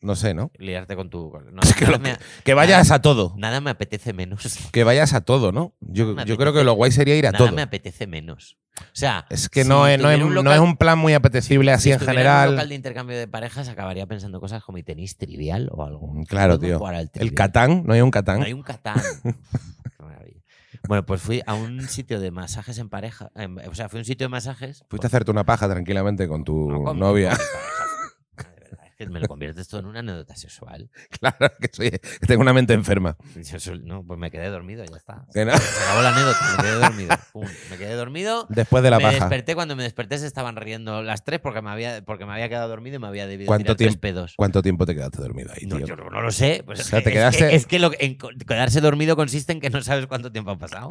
Speaker 2: no sé, ¿no?
Speaker 1: Liarte con tu colega. No,
Speaker 2: Es que
Speaker 1: nada,
Speaker 2: lo
Speaker 1: me,
Speaker 2: Que vayas a todo.
Speaker 1: nada me apetece menos.
Speaker 2: Que vayas a todo, ¿no? Yo,
Speaker 1: Me
Speaker 2: yo creo que
Speaker 1: apetece-
Speaker 2: lo guay sería ir a
Speaker 1: nada
Speaker 2: todo.
Speaker 1: me apetece menos. O sea,
Speaker 2: Es que
Speaker 1: si
Speaker 2: no, es, no, es,
Speaker 1: tuviera un
Speaker 2: no
Speaker 1: local-
Speaker 2: es un plan muy apetecible así
Speaker 1: Si
Speaker 2: en
Speaker 1: estuviera en un
Speaker 2: general.
Speaker 1: local de intercambio de parejas acabaría pensando cosas como y tenis trivial o algo.
Speaker 2: Mm, Claro,
Speaker 1: Podemos
Speaker 2: tío.
Speaker 1: jugar al
Speaker 2: El
Speaker 1: trivial.
Speaker 2: Catán, no hay un Catán.
Speaker 1: No hay un Catán. Qué maravilla. Bueno, pues fui a un sitio de masajes en pareja. en- o sea, fui a un sitio de masajes.
Speaker 2: Fuiste a hacerte una paja tranquilamente con tu
Speaker 1: No, con-
Speaker 2: Uh, novia.
Speaker 1: con mi pareja. ah, De verdad, es que me lo conviertes todo en una anécdota sexual.
Speaker 2: claro, que, soy, que tengo una mente enferma.
Speaker 1: Yo sol- no, pues me quedé dormido, ya está.
Speaker 2: Que no.
Speaker 1: Se acabó la anécdota, me quedé dormido. Pum, me quedé dormido.
Speaker 2: Después de la
Speaker 1: me
Speaker 2: paja.
Speaker 1: desperté, cuando me desperté se estaban riendo las tres porque me había, porque me había quedado dormido y me había debido
Speaker 2: ¿Cuánto
Speaker 1: tirar tres
Speaker 2: tiempo-
Speaker 1: pedos.
Speaker 2: ¿Cuánto tiempo te quedaste dormido ahí,
Speaker 1: No,
Speaker 2: tío?
Speaker 1: yo no lo sé. Pues
Speaker 2: O
Speaker 1: es
Speaker 2: sea,
Speaker 1: que-
Speaker 2: te
Speaker 1: es
Speaker 2: quedaste-
Speaker 1: que- Es que, lo- en co- quedarse dormido consiste en que no sabes cuánto tiempo ha pasado.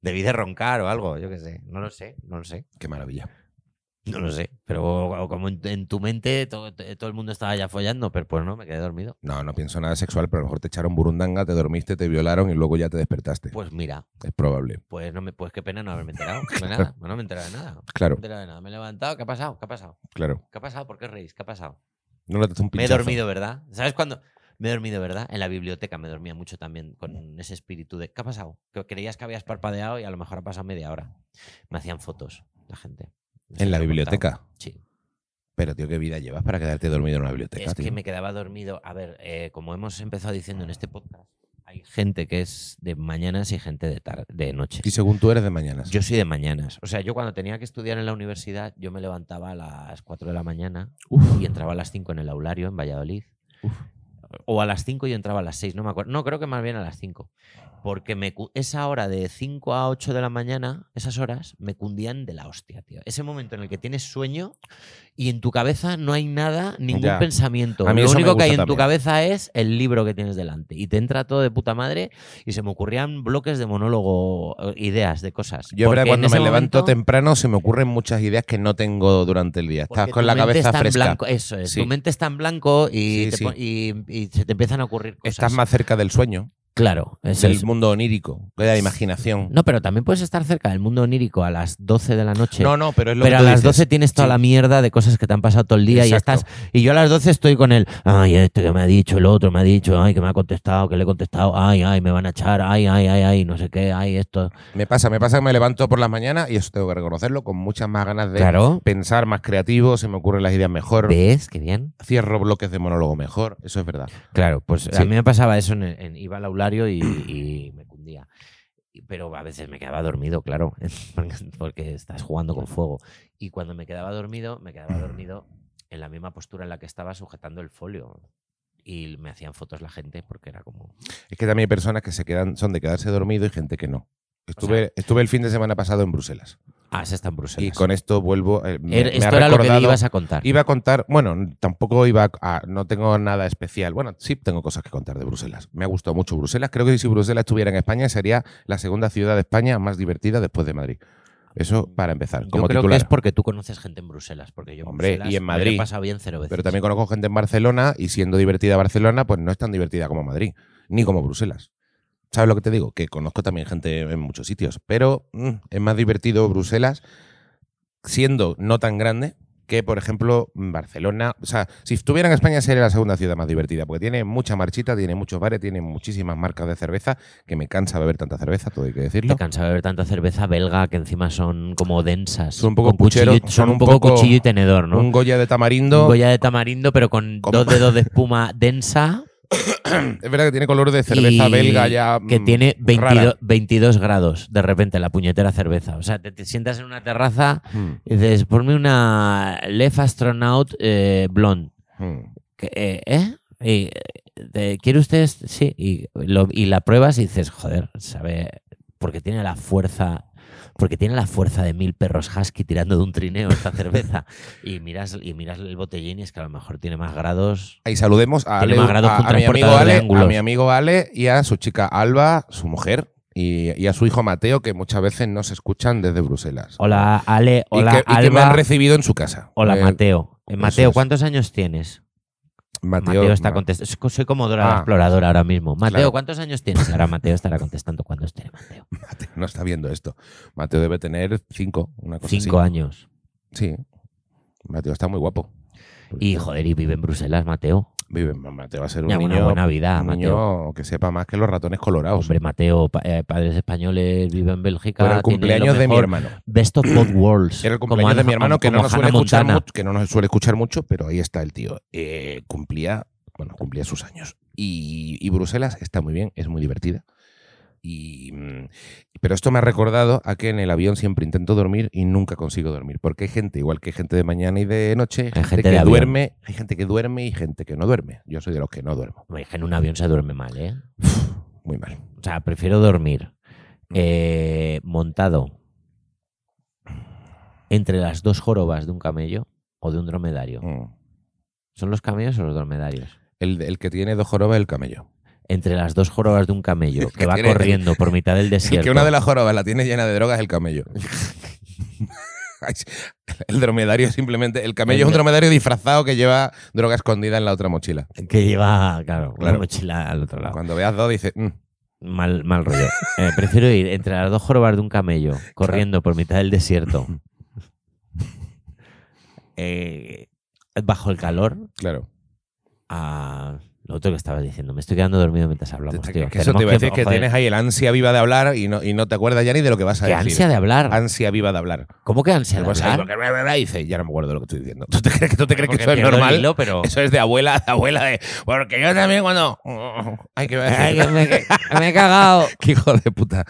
Speaker 1: Debí de roncar o algo, yo qué sé. No lo sé, no lo sé.
Speaker 2: Qué maravilla.
Speaker 1: No lo sé. Pero o- o como en, en tu mente todo, todo el mundo estaba ya follando, pero pues no, me quedé dormido.
Speaker 2: No, no pienso nada sexual, pero a lo mejor te echaron burundanga, te dormiste, te violaron y luego ya te despertaste.
Speaker 1: Pues mira,
Speaker 2: es probable.
Speaker 1: pues no me, pues qué pena no haberme enterado. De nada, no me he enterado de nada. No
Speaker 2: Claro,
Speaker 1: me he enterado de nada. Me he levantado, ¿qué ha pasado? ¿Qué ha pasado?
Speaker 2: claro.
Speaker 1: ¿Qué ha pasado? ¿Por qué os reís? ¿Qué ha pasado?
Speaker 2: No le das
Speaker 1: Me
Speaker 2: un
Speaker 1: he
Speaker 2: pinchazo.
Speaker 1: dormido, ¿verdad? ¿Sabes cuándo? Me he dormido, ¿verdad? En la biblioteca me dormía mucho también
Speaker 2: Mm.
Speaker 1: con ese espíritu de ¿qué ha pasado? Que creías que habías parpadeado y a lo mejor ha pasado media hora. Me hacían fotos la gente. No sé
Speaker 2: En la
Speaker 1: qué he
Speaker 2: biblioteca.
Speaker 1: contado. Sí.
Speaker 2: Pero, tío, ¿qué vida llevas para quedarte dormido en una biblioteca,
Speaker 1: Es
Speaker 2: tío?
Speaker 1: que me quedaba dormido. A ver, eh, como hemos empezado diciendo en este podcast, hay gente que es de mañanas y gente de, tar- de noche.
Speaker 2: Y según tú eres de mañanas.
Speaker 1: Yo soy de mañanas. O sea, yo cuando tenía que estudiar en la universidad, yo me levantaba a las 4 de la mañana
Speaker 2: Uf.
Speaker 1: y entraba a las 5 en el aulario en Valladolid.
Speaker 2: Uf.
Speaker 1: O a las 5 y entraba a las 6, no me acuerdo. No, creo que más bien a las 5. Porque me cu- esa hora de 5 a 8 de la mañana, esas horas, me cundían de la hostia, tío. Ese momento en el que tienes sueño y en tu cabeza no hay nada, ningún
Speaker 2: Ya.
Speaker 1: pensamiento.
Speaker 2: A mí
Speaker 1: Lo
Speaker 2: eso me
Speaker 1: único que hay en
Speaker 2: gusta
Speaker 1: tu
Speaker 2: también.
Speaker 1: cabeza es el libro que tienes delante. Y te entra todo de puta madre y se me ocurrían bloques de monólogo, eh, ideas de cosas.
Speaker 2: Yo,
Speaker 1: Porque
Speaker 2: verdad,
Speaker 1: en
Speaker 2: cuando
Speaker 1: ese
Speaker 2: me levanto
Speaker 1: momento-
Speaker 2: temprano se me ocurren muchas ideas que no tengo durante el día. Estás
Speaker 1: porque
Speaker 2: con
Speaker 1: tu
Speaker 2: la
Speaker 1: mente
Speaker 2: cabeza
Speaker 1: está en
Speaker 2: fresca.
Speaker 1: blanco, eso es.
Speaker 2: Sí.
Speaker 1: Tu mente está en blanco y,
Speaker 2: Sí,
Speaker 1: te
Speaker 2: sí.
Speaker 1: pon- y- y se te empiezan a ocurrir cosas.
Speaker 2: Estás más cerca del sueño.
Speaker 1: Claro, es
Speaker 2: del
Speaker 1: eso.
Speaker 2: mundo onírico, de la imaginación.
Speaker 1: No, pero también puedes estar cerca del mundo onírico a las 12 de la noche.
Speaker 2: no, no, pero es lo
Speaker 1: pero
Speaker 2: que
Speaker 1: a
Speaker 2: tú
Speaker 1: las
Speaker 2: dices.
Speaker 1: 12 tienes toda
Speaker 2: Sí.
Speaker 1: la mierda de cosas que te han pasado todo el día y
Speaker 2: Exacto.
Speaker 1: estás. Y yo a las 12 estoy con el. Ay, este que me ha dicho, el otro me ha dicho, ay, que me ha contestado, que le he contestado, ay, ay, me van a echar, ay, ay, ay, ay, no sé qué, ay, esto.
Speaker 2: Me pasa, me pasa que me levanto por las mañanas y eso tengo que reconocerlo con muchas más ganas de
Speaker 1: Claro.
Speaker 2: pensar más creativo, se me ocurren las ideas mejor,
Speaker 1: ¿Ves? Qué bien.
Speaker 2: cierro bloques de monólogo mejor, eso es verdad.
Speaker 1: Claro, pues a
Speaker 2: Sí.
Speaker 1: mí me pasaba eso. En, en- iba al aulario y, y me cundía. Y- Pero a veces me quedaba dormido, claro, porque, porque estás jugando con fuego. Y cuando me quedaba dormido, me quedaba dormido en la misma postura en la que estaba sujetando el folio. Y me hacían fotos la gente porque era como.
Speaker 2: Es que también hay personas que se quedan, son de quedarse dormido y gente que no. Estuve, estuve el fin de semana pasado en Bruselas.
Speaker 1: Ah, se está en Bruselas.
Speaker 2: Y con esto vuelvo. eh, me-
Speaker 1: Er-
Speaker 2: me ha
Speaker 1: esto era lo que le
Speaker 2: recordado-
Speaker 1: ibas a contar.
Speaker 2: Iba a contar, bueno, tampoco iba a, a- no tengo nada especial. Bueno, sí tengo cosas que contar de Bruselas. Me ha gustado mucho Bruselas. Creo que si Bruselas estuviera en España sería la segunda ciudad de España más divertida después de Madrid. Eso para empezar,
Speaker 1: Yo
Speaker 2: como
Speaker 1: creo que
Speaker 2: titular.
Speaker 1: es porque tú conoces gente en Bruselas, porque yo en
Speaker 2: Hombre,
Speaker 1: Bruselas
Speaker 2: y en
Speaker 1: me lo he
Speaker 2: Madrid.
Speaker 1: pasado bien cero veces.
Speaker 2: Pero también conozco gente en Barcelona y siendo divertida Barcelona, pues no es tan divertida como Madrid, ni como Bruselas. ¿Sabes lo que te digo? Que conozco también gente en muchos sitios, pero mm, es más divertido Bruselas siendo no tan grande que, por ejemplo, Barcelona. O sea, si estuviera en España sería la segunda ciudad más divertida, porque tiene mucha marchita, tiene muchos bares, tiene muchísimas marcas de cerveza, que me cansa beber tanta cerveza, todo hay que decirlo.
Speaker 1: Te cansa de beber tanta cerveza belga que encima son como densas.
Speaker 2: Son un poco
Speaker 1: con cuchillo y-
Speaker 2: puchero,
Speaker 1: son un poco cuchillo y tenedor, ¿no?
Speaker 2: Un Goya de
Speaker 1: Un
Speaker 2: tamarindo.
Speaker 1: Goya de tamarindo, pero con
Speaker 2: Con-
Speaker 1: dos dedos de espuma densa
Speaker 2: Es verdad que tiene color de cerveza
Speaker 1: y
Speaker 2: belga ya.
Speaker 1: que
Speaker 2: mm,
Speaker 1: tiene
Speaker 2: rara.
Speaker 1: 22, 22 grados de repente la puñetera cerveza. O sea, te, te sientas en una terraza
Speaker 2: Mm,
Speaker 1: y dices, ponme una Lef Astronaut eh, Blonde.
Speaker 2: mm.
Speaker 1: que, eh, ¿eh? Y, eh, de- ¿Quiere usted? este? Sí. Y, lo- y la pruebas y dices, joder, sabe, porque tiene la fuerza, porque tiene la fuerza de mil perros husky tirando de un trineo esta cerveza. y miras, y miras el botellín y es que a lo mejor tiene más grados.
Speaker 2: Ahí saludemos a,
Speaker 1: Tiene
Speaker 2: Ale-
Speaker 1: más grados
Speaker 2: a-
Speaker 1: que un
Speaker 2: a mi amigo
Speaker 1: transportador de
Speaker 2: Ale, a
Speaker 1: ángulos.
Speaker 2: mi amigo Ale y a su chica Alba, su mujer, y, y a su hijo Mateo, que muchas veces no se escuchan desde Bruselas.
Speaker 1: Hola, Ale,
Speaker 2: Y
Speaker 1: hola,
Speaker 2: que- y que, me han
Speaker 1: Alba.
Speaker 2: recibido en su casa.
Speaker 1: Hola,
Speaker 2: Eh,
Speaker 1: Mateo. Eh,
Speaker 2: eso
Speaker 1: Mateo,
Speaker 2: es.
Speaker 1: ¿cuántos años tienes? Mateo, está
Speaker 2: Ma-
Speaker 1: contestando. Soy- Soy como Dora la
Speaker 2: Ah.
Speaker 1: Exploradora ahora mismo. Mateo,
Speaker 2: Claro.
Speaker 1: ¿cuántos años tienes? Ahora Mateo estará contestando cuántos tiene Mateo.
Speaker 2: Mateo no está viendo esto. Mateo debe tener cinco, una cosa
Speaker 1: Cinco
Speaker 2: así.
Speaker 1: años.
Speaker 2: Sí. Mateo está muy guapo. Pues
Speaker 1: Y joder, y vive en Bruselas, Mateo.
Speaker 2: Vive, Mateo va a ser un
Speaker 1: Ya,
Speaker 2: niño,
Speaker 1: una buena vida,
Speaker 2: un niño
Speaker 1: Mateo.
Speaker 2: que sepa más que los ratones colorados.
Speaker 1: Hombre, Mateo, pa- eh, padres españoles, vive en Bélgica.
Speaker 2: Era el
Speaker 1: tiene lo
Speaker 2: cumpleaños de mi
Speaker 1: mejor.
Speaker 2: hermano.
Speaker 1: Best of both worlds.
Speaker 2: Era el
Speaker 1: como
Speaker 2: cumpleaños de
Speaker 1: Ana-
Speaker 2: mi hermano que no,
Speaker 1: como
Speaker 2: nos suele
Speaker 1: Hannah
Speaker 2: escuchar
Speaker 1: Montana.
Speaker 2: mucho, que no nos suele escuchar mucho, pero ahí está el tío. Eh, cumplía, bueno, cumplía sus años. Y, y Bruselas está muy bien, es muy divertida. Y, mm, pero esto me ha recordado a que en el avión siempre intento dormir y nunca consigo dormir. Porque hay gente, igual que hay gente de mañana y de noche, hay gente,
Speaker 1: gente de
Speaker 2: que
Speaker 1: avión.
Speaker 2: duerme, hay gente que duerme y gente que no duerme. Yo soy de los que no duermo.
Speaker 1: Hombre, es que en un avión se duerme mal, ¿eh?
Speaker 2: Muy mal.
Speaker 1: O sea, prefiero dormir
Speaker 2: Mm.
Speaker 1: eh, montado entre las dos jorobas de un camello o de un dromedario.
Speaker 2: Mm.
Speaker 1: ¿Son los camellos o los dromedarios?
Speaker 2: El, el que tiene dos jorobas es el camello.
Speaker 1: Entre las dos jorobas de un camello
Speaker 2: El
Speaker 1: que,
Speaker 2: que
Speaker 1: va
Speaker 2: tiene-
Speaker 1: corriendo por mitad del
Speaker 2: El
Speaker 1: desierto.
Speaker 2: que una de las jorobas la tiene llena de drogas es el camello. Ay, el dromedario simplemente. El camello
Speaker 1: El
Speaker 2: es un
Speaker 1: de-
Speaker 2: dromedario disfrazado que lleva droga escondida en la otra mochila.
Speaker 1: que lleva, claro,
Speaker 2: Claro.
Speaker 1: una mochila al otro lado.
Speaker 2: Cuando veas dos, dices. "Mm".
Speaker 1: Mal, mal rollo. Eh, prefiero ir entre las dos jorobas de un camello, corriendo por mitad del desierto, eh, bajo el calor,
Speaker 2: Claro.
Speaker 1: a lo otro que estabas diciendo. Me estoy quedando dormido mientras hablamos,
Speaker 2: Te-
Speaker 1: tío.
Speaker 2: que eso
Speaker 1: Tenemos
Speaker 2: te iba a decir que
Speaker 1: joder,
Speaker 2: tienes ahí el ansia viva de hablar y no, y no te acuerdas ya ni de lo que vas a
Speaker 1: qué
Speaker 2: decir.
Speaker 1: ansia de hablar.
Speaker 2: Ansia viva de hablar.
Speaker 1: ¿Cómo que ansia de
Speaker 2: Vas
Speaker 1: hablar?
Speaker 2: ahí, porque bla, bla, bla, y dices, ya no me acuerdo de lo que estoy diciendo. ¿Tú te crees que, tú te crees que
Speaker 1: Porque
Speaker 2: eso es
Speaker 1: pierdo el
Speaker 2: normal?
Speaker 1: hilo, pero...
Speaker 2: Eso es de abuela, de abuela de. Porque yo también cuando. Ay, que
Speaker 1: me, he cagado.
Speaker 2: Qué hijo de puta.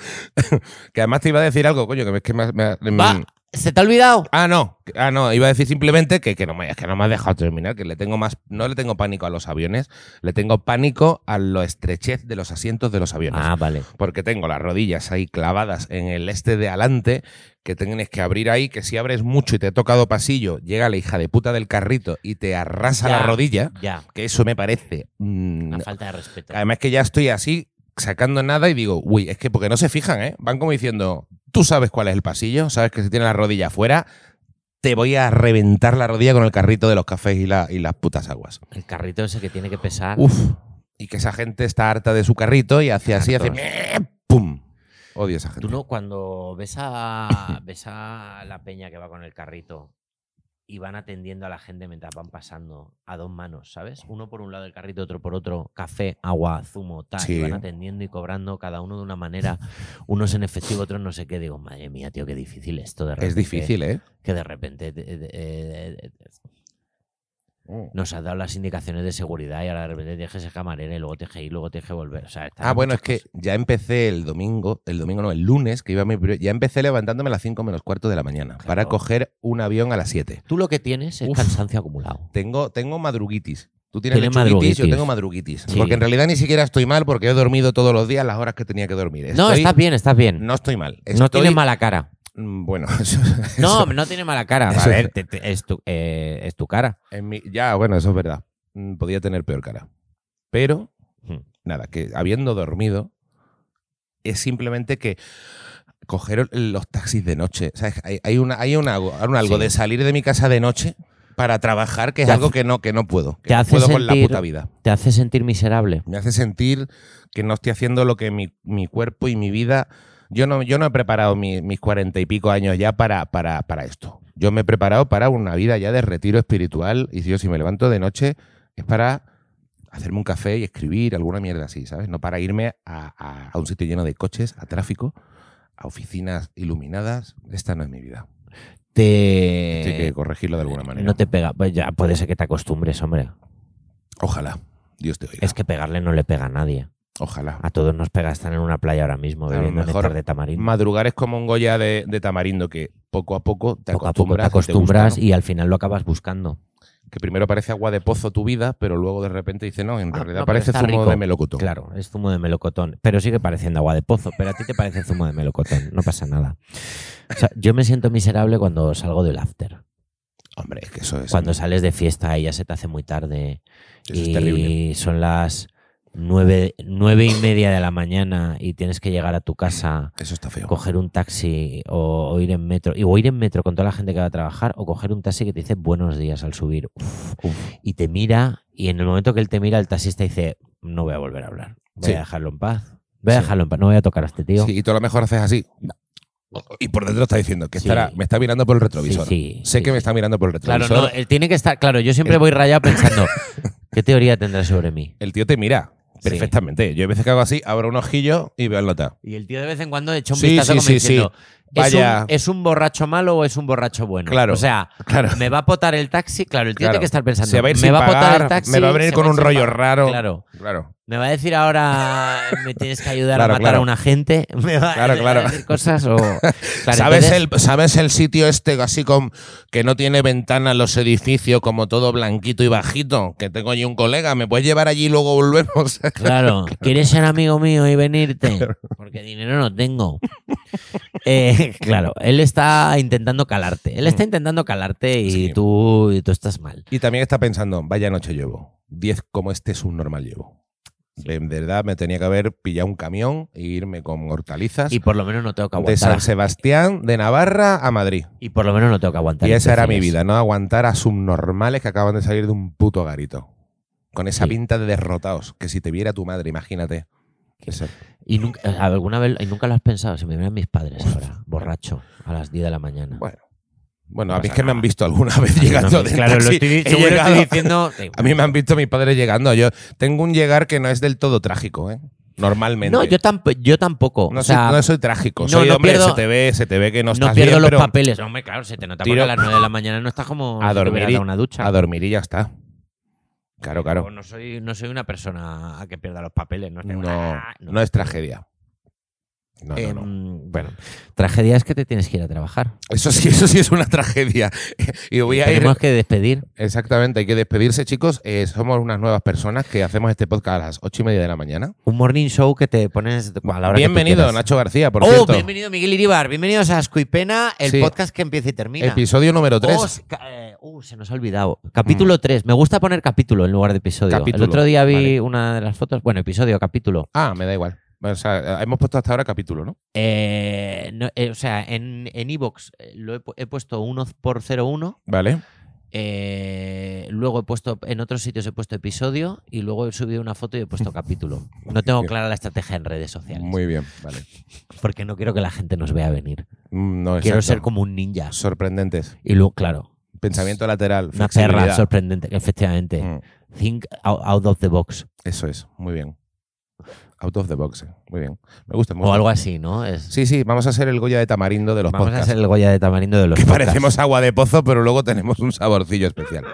Speaker 2: que además te iba a decir algo, coño, que es que me, me-
Speaker 1: Va, ¿se te ha olvidado?
Speaker 2: Ah, no. Ah, no. Iba a decir simplemente que, que no me, es que no me has dejado terminar, que le tengo más. No le tengo pánico a los aviones, le tengo pánico a la estrechez de los asientos de los aviones.
Speaker 1: Ah, vale.
Speaker 2: Porque tengo las rodillas ahí clavadas en el este de adelante, que tienes que abrir ahí, que si abres mucho y te ha tocado pasillo, llega la hija de puta del carrito y te arrasa
Speaker 1: Ya.
Speaker 2: la rodilla,
Speaker 1: Ya,
Speaker 2: que eso me parece. mm,
Speaker 1: una falta de respeto.
Speaker 2: Además que ya estoy así sacando nada y digo, uy, es que porque no se fijan, ¿eh? Van como diciendo, tú sabes cuál es el pasillo, sabes que si tienes la rodilla afuera, te voy a reventar la rodilla con el carrito de los cafés y, la- y las putas aguas.
Speaker 1: Ah. El carrito ese que tiene que pesar.
Speaker 2: Uf, y que esa gente está harta de su carrito y hace así, hace
Speaker 1: Hartos.
Speaker 2: "Meh", ¡pum! Odio a esa gente.
Speaker 1: Tú no, cuando ves a, ves a la peña que va con el carrito y van atendiendo a la gente mientras van pasando a dos manos, ¿sabes? Uno por un lado del carrito, otro por otro, café, agua, zumo, tal,
Speaker 2: Sí.
Speaker 1: y van atendiendo y cobrando cada uno de una manera, unos en efectivo, otros no sé qué. Digo, madre mía, tío, qué difícil esto de repente.
Speaker 2: es difícil, ¿eh?
Speaker 1: Que de repente te- te- eh, eh,
Speaker 2: Oh.
Speaker 1: nos has dado las indicaciones de seguridad y ahora de repente tienes que ser camarera y luego tienes que ir, luego tienes que volver. O sea, está
Speaker 2: Ah, bueno, es
Speaker 1: muchas
Speaker 2: que ya empecé el domingo, el domingo no, el lunes, que iba a mi pri- ya empecé levantándome a las 5 menos cuarto de la mañana para
Speaker 1: Claro.
Speaker 2: coger un avión a las 7.
Speaker 1: Tú lo que tienes es
Speaker 2: Uf.
Speaker 1: cansancio acumulado.
Speaker 2: Tengo, tengo madruguitis. Tú tienes
Speaker 1: Tienes
Speaker 2: lechuguitis, yo
Speaker 1: madruguitis.
Speaker 2: tengo madruguitis.
Speaker 1: Sí.
Speaker 2: Porque en realidad ni siquiera estoy mal porque he dormido todos los días las horas que tenía que dormir.
Speaker 1: no,
Speaker 2: Estoy-
Speaker 1: estás bien, estás bien.
Speaker 2: No estoy mal.
Speaker 1: No
Speaker 2: Estoy-
Speaker 1: tienes mala cara.
Speaker 2: Mm, Bueno, eso,
Speaker 1: No,
Speaker 2: eso-
Speaker 1: no tiene mala cara. A
Speaker 2: eso-
Speaker 1: ver, te- te- es, tu, eh, es tu cara.
Speaker 2: en mi- ya, bueno, eso es verdad. Mm, Podía tener peor cara. Pero
Speaker 1: Hmm.
Speaker 2: nada, que habiendo dormido, es simplemente que coger los taxis de noche. ¿sabes? Hay, hay una, hay una- un algo
Speaker 1: Sí.
Speaker 2: de salir de mi casa de noche para trabajar, que es
Speaker 1: Te
Speaker 2: algo
Speaker 1: hace-
Speaker 2: que no, que no puedo. Que
Speaker 1: te
Speaker 2: no
Speaker 1: hace
Speaker 2: puedo con la
Speaker 1: sentir-
Speaker 2: puta vida.
Speaker 1: Te hace sentir miserable.
Speaker 2: Me hace sentir que no estoy haciendo lo que mi, mi cuerpo y mi vida. Yo no, yo no he preparado mi- mis cuarenta y pico años ya para, para, para esto. Yo me he preparado para una vida ya de retiro espiritual. Y si yo si me levanto de noche es para hacerme un café y escribir alguna mierda así, ¿sabes? No para irme a, a- a un sitio lleno de coches, a tráfico, a oficinas iluminadas. Esta no es mi vida.
Speaker 1: Te...
Speaker 2: Hay que corregirlo de alguna manera.
Speaker 1: Eh, No te pega. Pues ya puede ser que te acostumbres, hombre.
Speaker 2: Ojalá. Dios te oiga.
Speaker 1: Es que pegarle no le pega a nadie.
Speaker 2: Ojalá.
Speaker 1: A todos nos pega estar en una playa ahora mismo,
Speaker 2: A lo
Speaker 1: bebiendo
Speaker 2: mejor
Speaker 1: néctar de tamarindo.
Speaker 2: Madrugar es como un Goya de, de tamarindo que poco a poco te
Speaker 1: Poco a poco te
Speaker 2: acostumbras. y te
Speaker 1: acostumbras
Speaker 2: gusta,
Speaker 1: y al final lo acabas buscando.
Speaker 2: ¿no? Que primero parece agua de pozo tu vida, pero luego de repente dice, no, en
Speaker 1: Ah,
Speaker 2: realidad
Speaker 1: no, pero
Speaker 2: parece
Speaker 1: está
Speaker 2: zumo
Speaker 1: rico".
Speaker 2: de melocotón.
Speaker 1: Claro, es zumo de melocotón, pero sigue pareciendo agua de pozo, pero a ti te parece zumo de melocotón, no pasa nada. O sea, yo me siento miserable cuando salgo del after.
Speaker 2: Hombre, es que eso es,
Speaker 1: cuando sales de fiesta y ya se te hace muy tarde
Speaker 2: eso es
Speaker 1: y
Speaker 2: terrible.
Speaker 1: son las nueve, nueve y media de la mañana y tienes que llegar a tu casa,
Speaker 2: Eso está feo.
Speaker 1: coger un taxi o, o ir en metro, y, o ir en metro con toda la gente que va a trabajar, o coger un taxi que te dice buenos días al subir Uf,
Speaker 2: Uf.
Speaker 1: y te mira y en el momento que él te mira el taxista dice no voy a volver a hablar, voy
Speaker 2: Sí.
Speaker 1: a dejarlo en paz, voy a
Speaker 2: Sí.
Speaker 1: dejarlo en paz, no voy a tocar a este tío.
Speaker 2: Sí, y tú a lo mejor haces así. Y por dentro está diciendo que
Speaker 1: Sí.
Speaker 2: estará, me está mirando por el retrovisor.
Speaker 1: Sí, sí,
Speaker 2: sé
Speaker 1: sí,
Speaker 2: que me
Speaker 1: sí.
Speaker 2: está mirando por el
Speaker 1: Claro,
Speaker 2: retrovisor. Eh.
Speaker 1: no, eh. él tiene que estar, claro, yo siempre voy rayado pensando, ¿qué teoría tendrá sobre mí?
Speaker 2: El tío te mira
Speaker 1: Sí.
Speaker 2: perfectamente. Yo a veces que hago así, abro un ojillo y veo el nota.
Speaker 1: Y el tío de vez en cuando echa un
Speaker 2: Sí,
Speaker 1: vistazo
Speaker 2: sí,
Speaker 1: como
Speaker 2: sí,
Speaker 1: diciendo, ¿es,
Speaker 2: Vaya.
Speaker 1: un, es un borracho malo o es un borracho bueno?
Speaker 2: Claro,
Speaker 1: O sea,
Speaker 2: claro.
Speaker 1: ¿me va a potar el taxi? Claro, el tío
Speaker 2: Claro.
Speaker 1: tiene que estar pensando,
Speaker 2: Se va a ir
Speaker 1: ¿me
Speaker 2: sin
Speaker 1: va a potar
Speaker 2: pagar,
Speaker 1: el taxi?
Speaker 2: me va a venir
Speaker 1: ¿Se
Speaker 2: con
Speaker 1: va
Speaker 2: un
Speaker 1: sin
Speaker 2: rollo
Speaker 1: pagar?
Speaker 2: raro.
Speaker 1: Claro.
Speaker 2: Claro.
Speaker 1: ¿Me va a decir ahora me tienes que ayudar
Speaker 2: Claro,
Speaker 1: a matar
Speaker 2: claro.
Speaker 1: a un agente? ¿Me va,
Speaker 2: Claro,
Speaker 1: me va
Speaker 2: claro.
Speaker 1: a decir cosas o...? Claro,
Speaker 2: ¿Sabes,
Speaker 1: entonces-
Speaker 2: el, ¿Sabes el sitio este así con que no tiene ventanas los edificios como todo blanquito y bajito? Que tengo allí un colega, ¿me puedes llevar allí y luego volvemos?
Speaker 1: Claro, ¿quieres ser amigo mío y venirte? Porque dinero no tengo. Eh, claro, él está intentando calarte. Él está intentando calarte y,
Speaker 2: Mm. Sí.
Speaker 1: tú, y tú estás mal.
Speaker 2: y también está pensando, vaya noche llevo. 10 como este es un normal llevo. De de verdad me tenía que haber pillado un camión e irme con hortalizas
Speaker 1: Y por lo menos no tengo que
Speaker 2: de
Speaker 1: aguantar.
Speaker 2: San Sebastián, de Navarra a Madrid.
Speaker 1: Y por lo menos no tengo que aguantar.
Speaker 2: Y esa era mi
Speaker 1: imbéciles.
Speaker 2: vida, no aguantar a subnormales que acaban de salir de un puto garito. Con esa
Speaker 1: Sí.
Speaker 2: pinta de derrotados, que si te viera tu madre, imagínate. Ese-
Speaker 1: Y nunca, a ver, alguna vez, y nunca lo has pensado. Si me vieran mis padres ahora, borracho, a las 10 de la mañana.
Speaker 2: Bueno, bueno a
Speaker 1: No
Speaker 2: mí es
Speaker 1: pasa
Speaker 2: que me
Speaker 1: nada.
Speaker 2: han visto alguna vez llegando del
Speaker 1: claro, lo
Speaker 2: taxi.
Speaker 1: estoy,
Speaker 2: He
Speaker 1: seguro estoy
Speaker 2: llegado-
Speaker 1: diciendo.
Speaker 2: A mí me han visto mis padres llegando. Yo tengo un llegar que no es del todo trágico, ¿eh? Normalmente.
Speaker 1: No, yo, tamp- yo tampoco.
Speaker 2: No
Speaker 1: o
Speaker 2: soy,
Speaker 1: sea,
Speaker 2: no soy trágico.
Speaker 1: no,
Speaker 2: soy
Speaker 1: no
Speaker 2: hombre,
Speaker 1: pierdo-
Speaker 2: se te ve, se te ve que no,
Speaker 1: no,
Speaker 2: estás
Speaker 1: pierdo
Speaker 2: bien,
Speaker 1: los
Speaker 2: pero
Speaker 1: papeles. Hombre, claro, se te nota porque
Speaker 2: Tiro-
Speaker 1: a las 9 de la mañana no estás como
Speaker 2: A
Speaker 1: si te
Speaker 2: dormir
Speaker 1: hubieras
Speaker 2: y-
Speaker 1: dado una ducha.
Speaker 2: a dormir y ya está. Claro,
Speaker 1: O
Speaker 2: claro.
Speaker 1: No soy, no soy una persona a que pierda los papeles. No, es que-
Speaker 2: No,
Speaker 1: Ah, no.
Speaker 2: no es tragedia. No, no,
Speaker 1: Em,
Speaker 2: no.
Speaker 1: Bueno, tragedia es que te tienes que ir a trabajar.
Speaker 2: Eso sí, eso sí es una tragedia. y voy a ir
Speaker 1: Tenemos que despedir.
Speaker 2: Exactamente, hay que despedirse, chicos. Eh, somos unas nuevas personas que hacemos este podcast a las ocho y media de la mañana.
Speaker 1: Un morning show que te pones a la hora que tú
Speaker 2: Bienvenido,
Speaker 1: quieras.
Speaker 2: Nacho García, por
Speaker 1: oh,
Speaker 2: cierto.
Speaker 1: bienvenido Miguel Iribar. Bienvenidos a Asco y Pena, el
Speaker 2: Sí.
Speaker 1: podcast que empieza y termina.
Speaker 2: Episodio número
Speaker 1: Oh,
Speaker 2: 3.
Speaker 1: se- ca- eh, uh, se nos ha olvidado. Capítulo 3. Me gusta poner capítulo en lugar de episodio.
Speaker 2: Mm. Capítulo,
Speaker 1: El otro día vi
Speaker 2: vale.
Speaker 1: una de las fotos. Bueno, episodio, capítulo.
Speaker 2: Ah, me da igual. O sea, hemos puesto hasta ahora capítulo, ¿no?
Speaker 1: Eh, no, eh, o sea, en Evox lo he, pu- he puesto 1 por 01
Speaker 2: Vale.
Speaker 1: Eh, luego he puesto, en otros sitios he puesto episodio y luego he subido una foto y he puesto capítulo. No tengo clara la estrategia en redes sociales.
Speaker 2: Muy bien, vale.
Speaker 1: Porque no quiero que la gente nos vea venir.
Speaker 2: Mm, No,
Speaker 1: Quiero
Speaker 2: exacto.
Speaker 1: ser como un ninja.
Speaker 2: Sorprendentes.
Speaker 1: Y luego, claro,
Speaker 2: Pensamiento lateral.
Speaker 1: una perra
Speaker 2: flexibilidad.
Speaker 1: sorprendente, efectivamente.
Speaker 2: Mm,
Speaker 1: Think out, out of the box.
Speaker 2: Eso es, muy bien. Out of the box, eh. muy bien. Me gusta, me
Speaker 1: O
Speaker 2: gusta.
Speaker 1: algo así, ¿no? Es,
Speaker 2: Sí, sí, vamos a hacer el Goya de tamarindo de los
Speaker 1: vamos
Speaker 2: podcasts.
Speaker 1: a hacer el Goya de Tamarindo de los
Speaker 2: Que
Speaker 1: podcasts.
Speaker 2: parecemos agua de pozo, pero luego tenemos un saborcillo especial.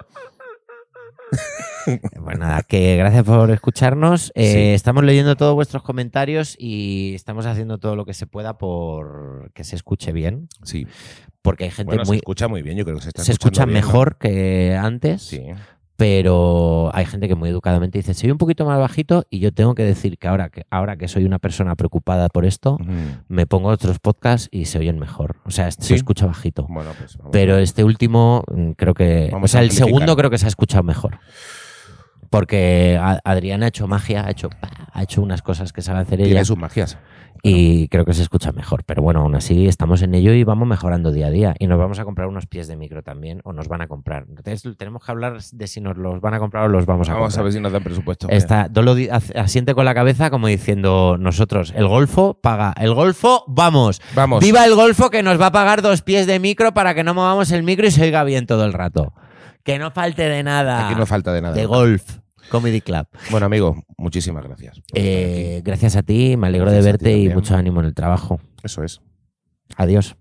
Speaker 1: Pues nada, que gracias por escucharnos. Eh,
Speaker 2: Sí.
Speaker 1: Estamos leyendo todos vuestros comentarios y estamos haciendo todo lo que se pueda por que se escuche bien.
Speaker 2: Sí.
Speaker 1: Porque hay gente
Speaker 2: Bueno, se
Speaker 1: muy.
Speaker 2: escucha muy bien, yo creo que se está
Speaker 1: Se
Speaker 2: escuchando
Speaker 1: escucha
Speaker 2: bien, ¿no?
Speaker 1: mejor que antes,
Speaker 2: Sí.
Speaker 1: pero hay gente que muy educadamente dice, soy un poquito más bajito y yo tengo que decir que ahora que, ahora que soy una persona preocupada por esto,
Speaker 2: Mm.
Speaker 1: me pongo otros podcasts y se oyen mejor. O sea, este
Speaker 2: Sí.
Speaker 1: se escucha bajito.
Speaker 2: Bueno, pues vamos.
Speaker 1: Pero este último mm, creo que...
Speaker 2: Vamos
Speaker 1: o sea,
Speaker 2: a
Speaker 1: el
Speaker 2: amplificar.
Speaker 1: segundo creo que se ha escuchado mejor. Porque a- Adrián ha hecho magia, ha hecho, pa, ha hecho unas cosas que sabe hacer ella
Speaker 2: tiene sus magias.
Speaker 1: y creo que se escucha mejor. Pero bueno, aún así estamos en ello y vamos mejorando día a día. Y nos vamos a comprar unos pies de micro también o nos van a comprar. Entonces tenemos que hablar de si nos los van a comprar o los vamos a
Speaker 2: Vamos a
Speaker 1: comprar.
Speaker 2: ver si nos dan presupuesto.
Speaker 1: Está, Dolo di- as- asiente con la cabeza como diciendo nosotros, el golfo paga, el golfo vamos.
Speaker 2: Vamos.
Speaker 1: Viva el Golfo que nos va a pagar dos pies de micro para que no movamos el micro y se oiga bien todo el rato. Que no falte de nada.
Speaker 2: Aquí no falta de nada.
Speaker 1: Ah,
Speaker 2: Pues
Speaker 1: De golf. Comedy Club.
Speaker 2: Bueno, amigo, muchísimas gracias.
Speaker 1: Eh, gracias a ti, me alegro
Speaker 2: Gracias
Speaker 1: de
Speaker 2: a ti
Speaker 1: verte y
Speaker 2: también.
Speaker 1: mucho ánimo en el trabajo.
Speaker 2: Eso es.
Speaker 1: Adiós.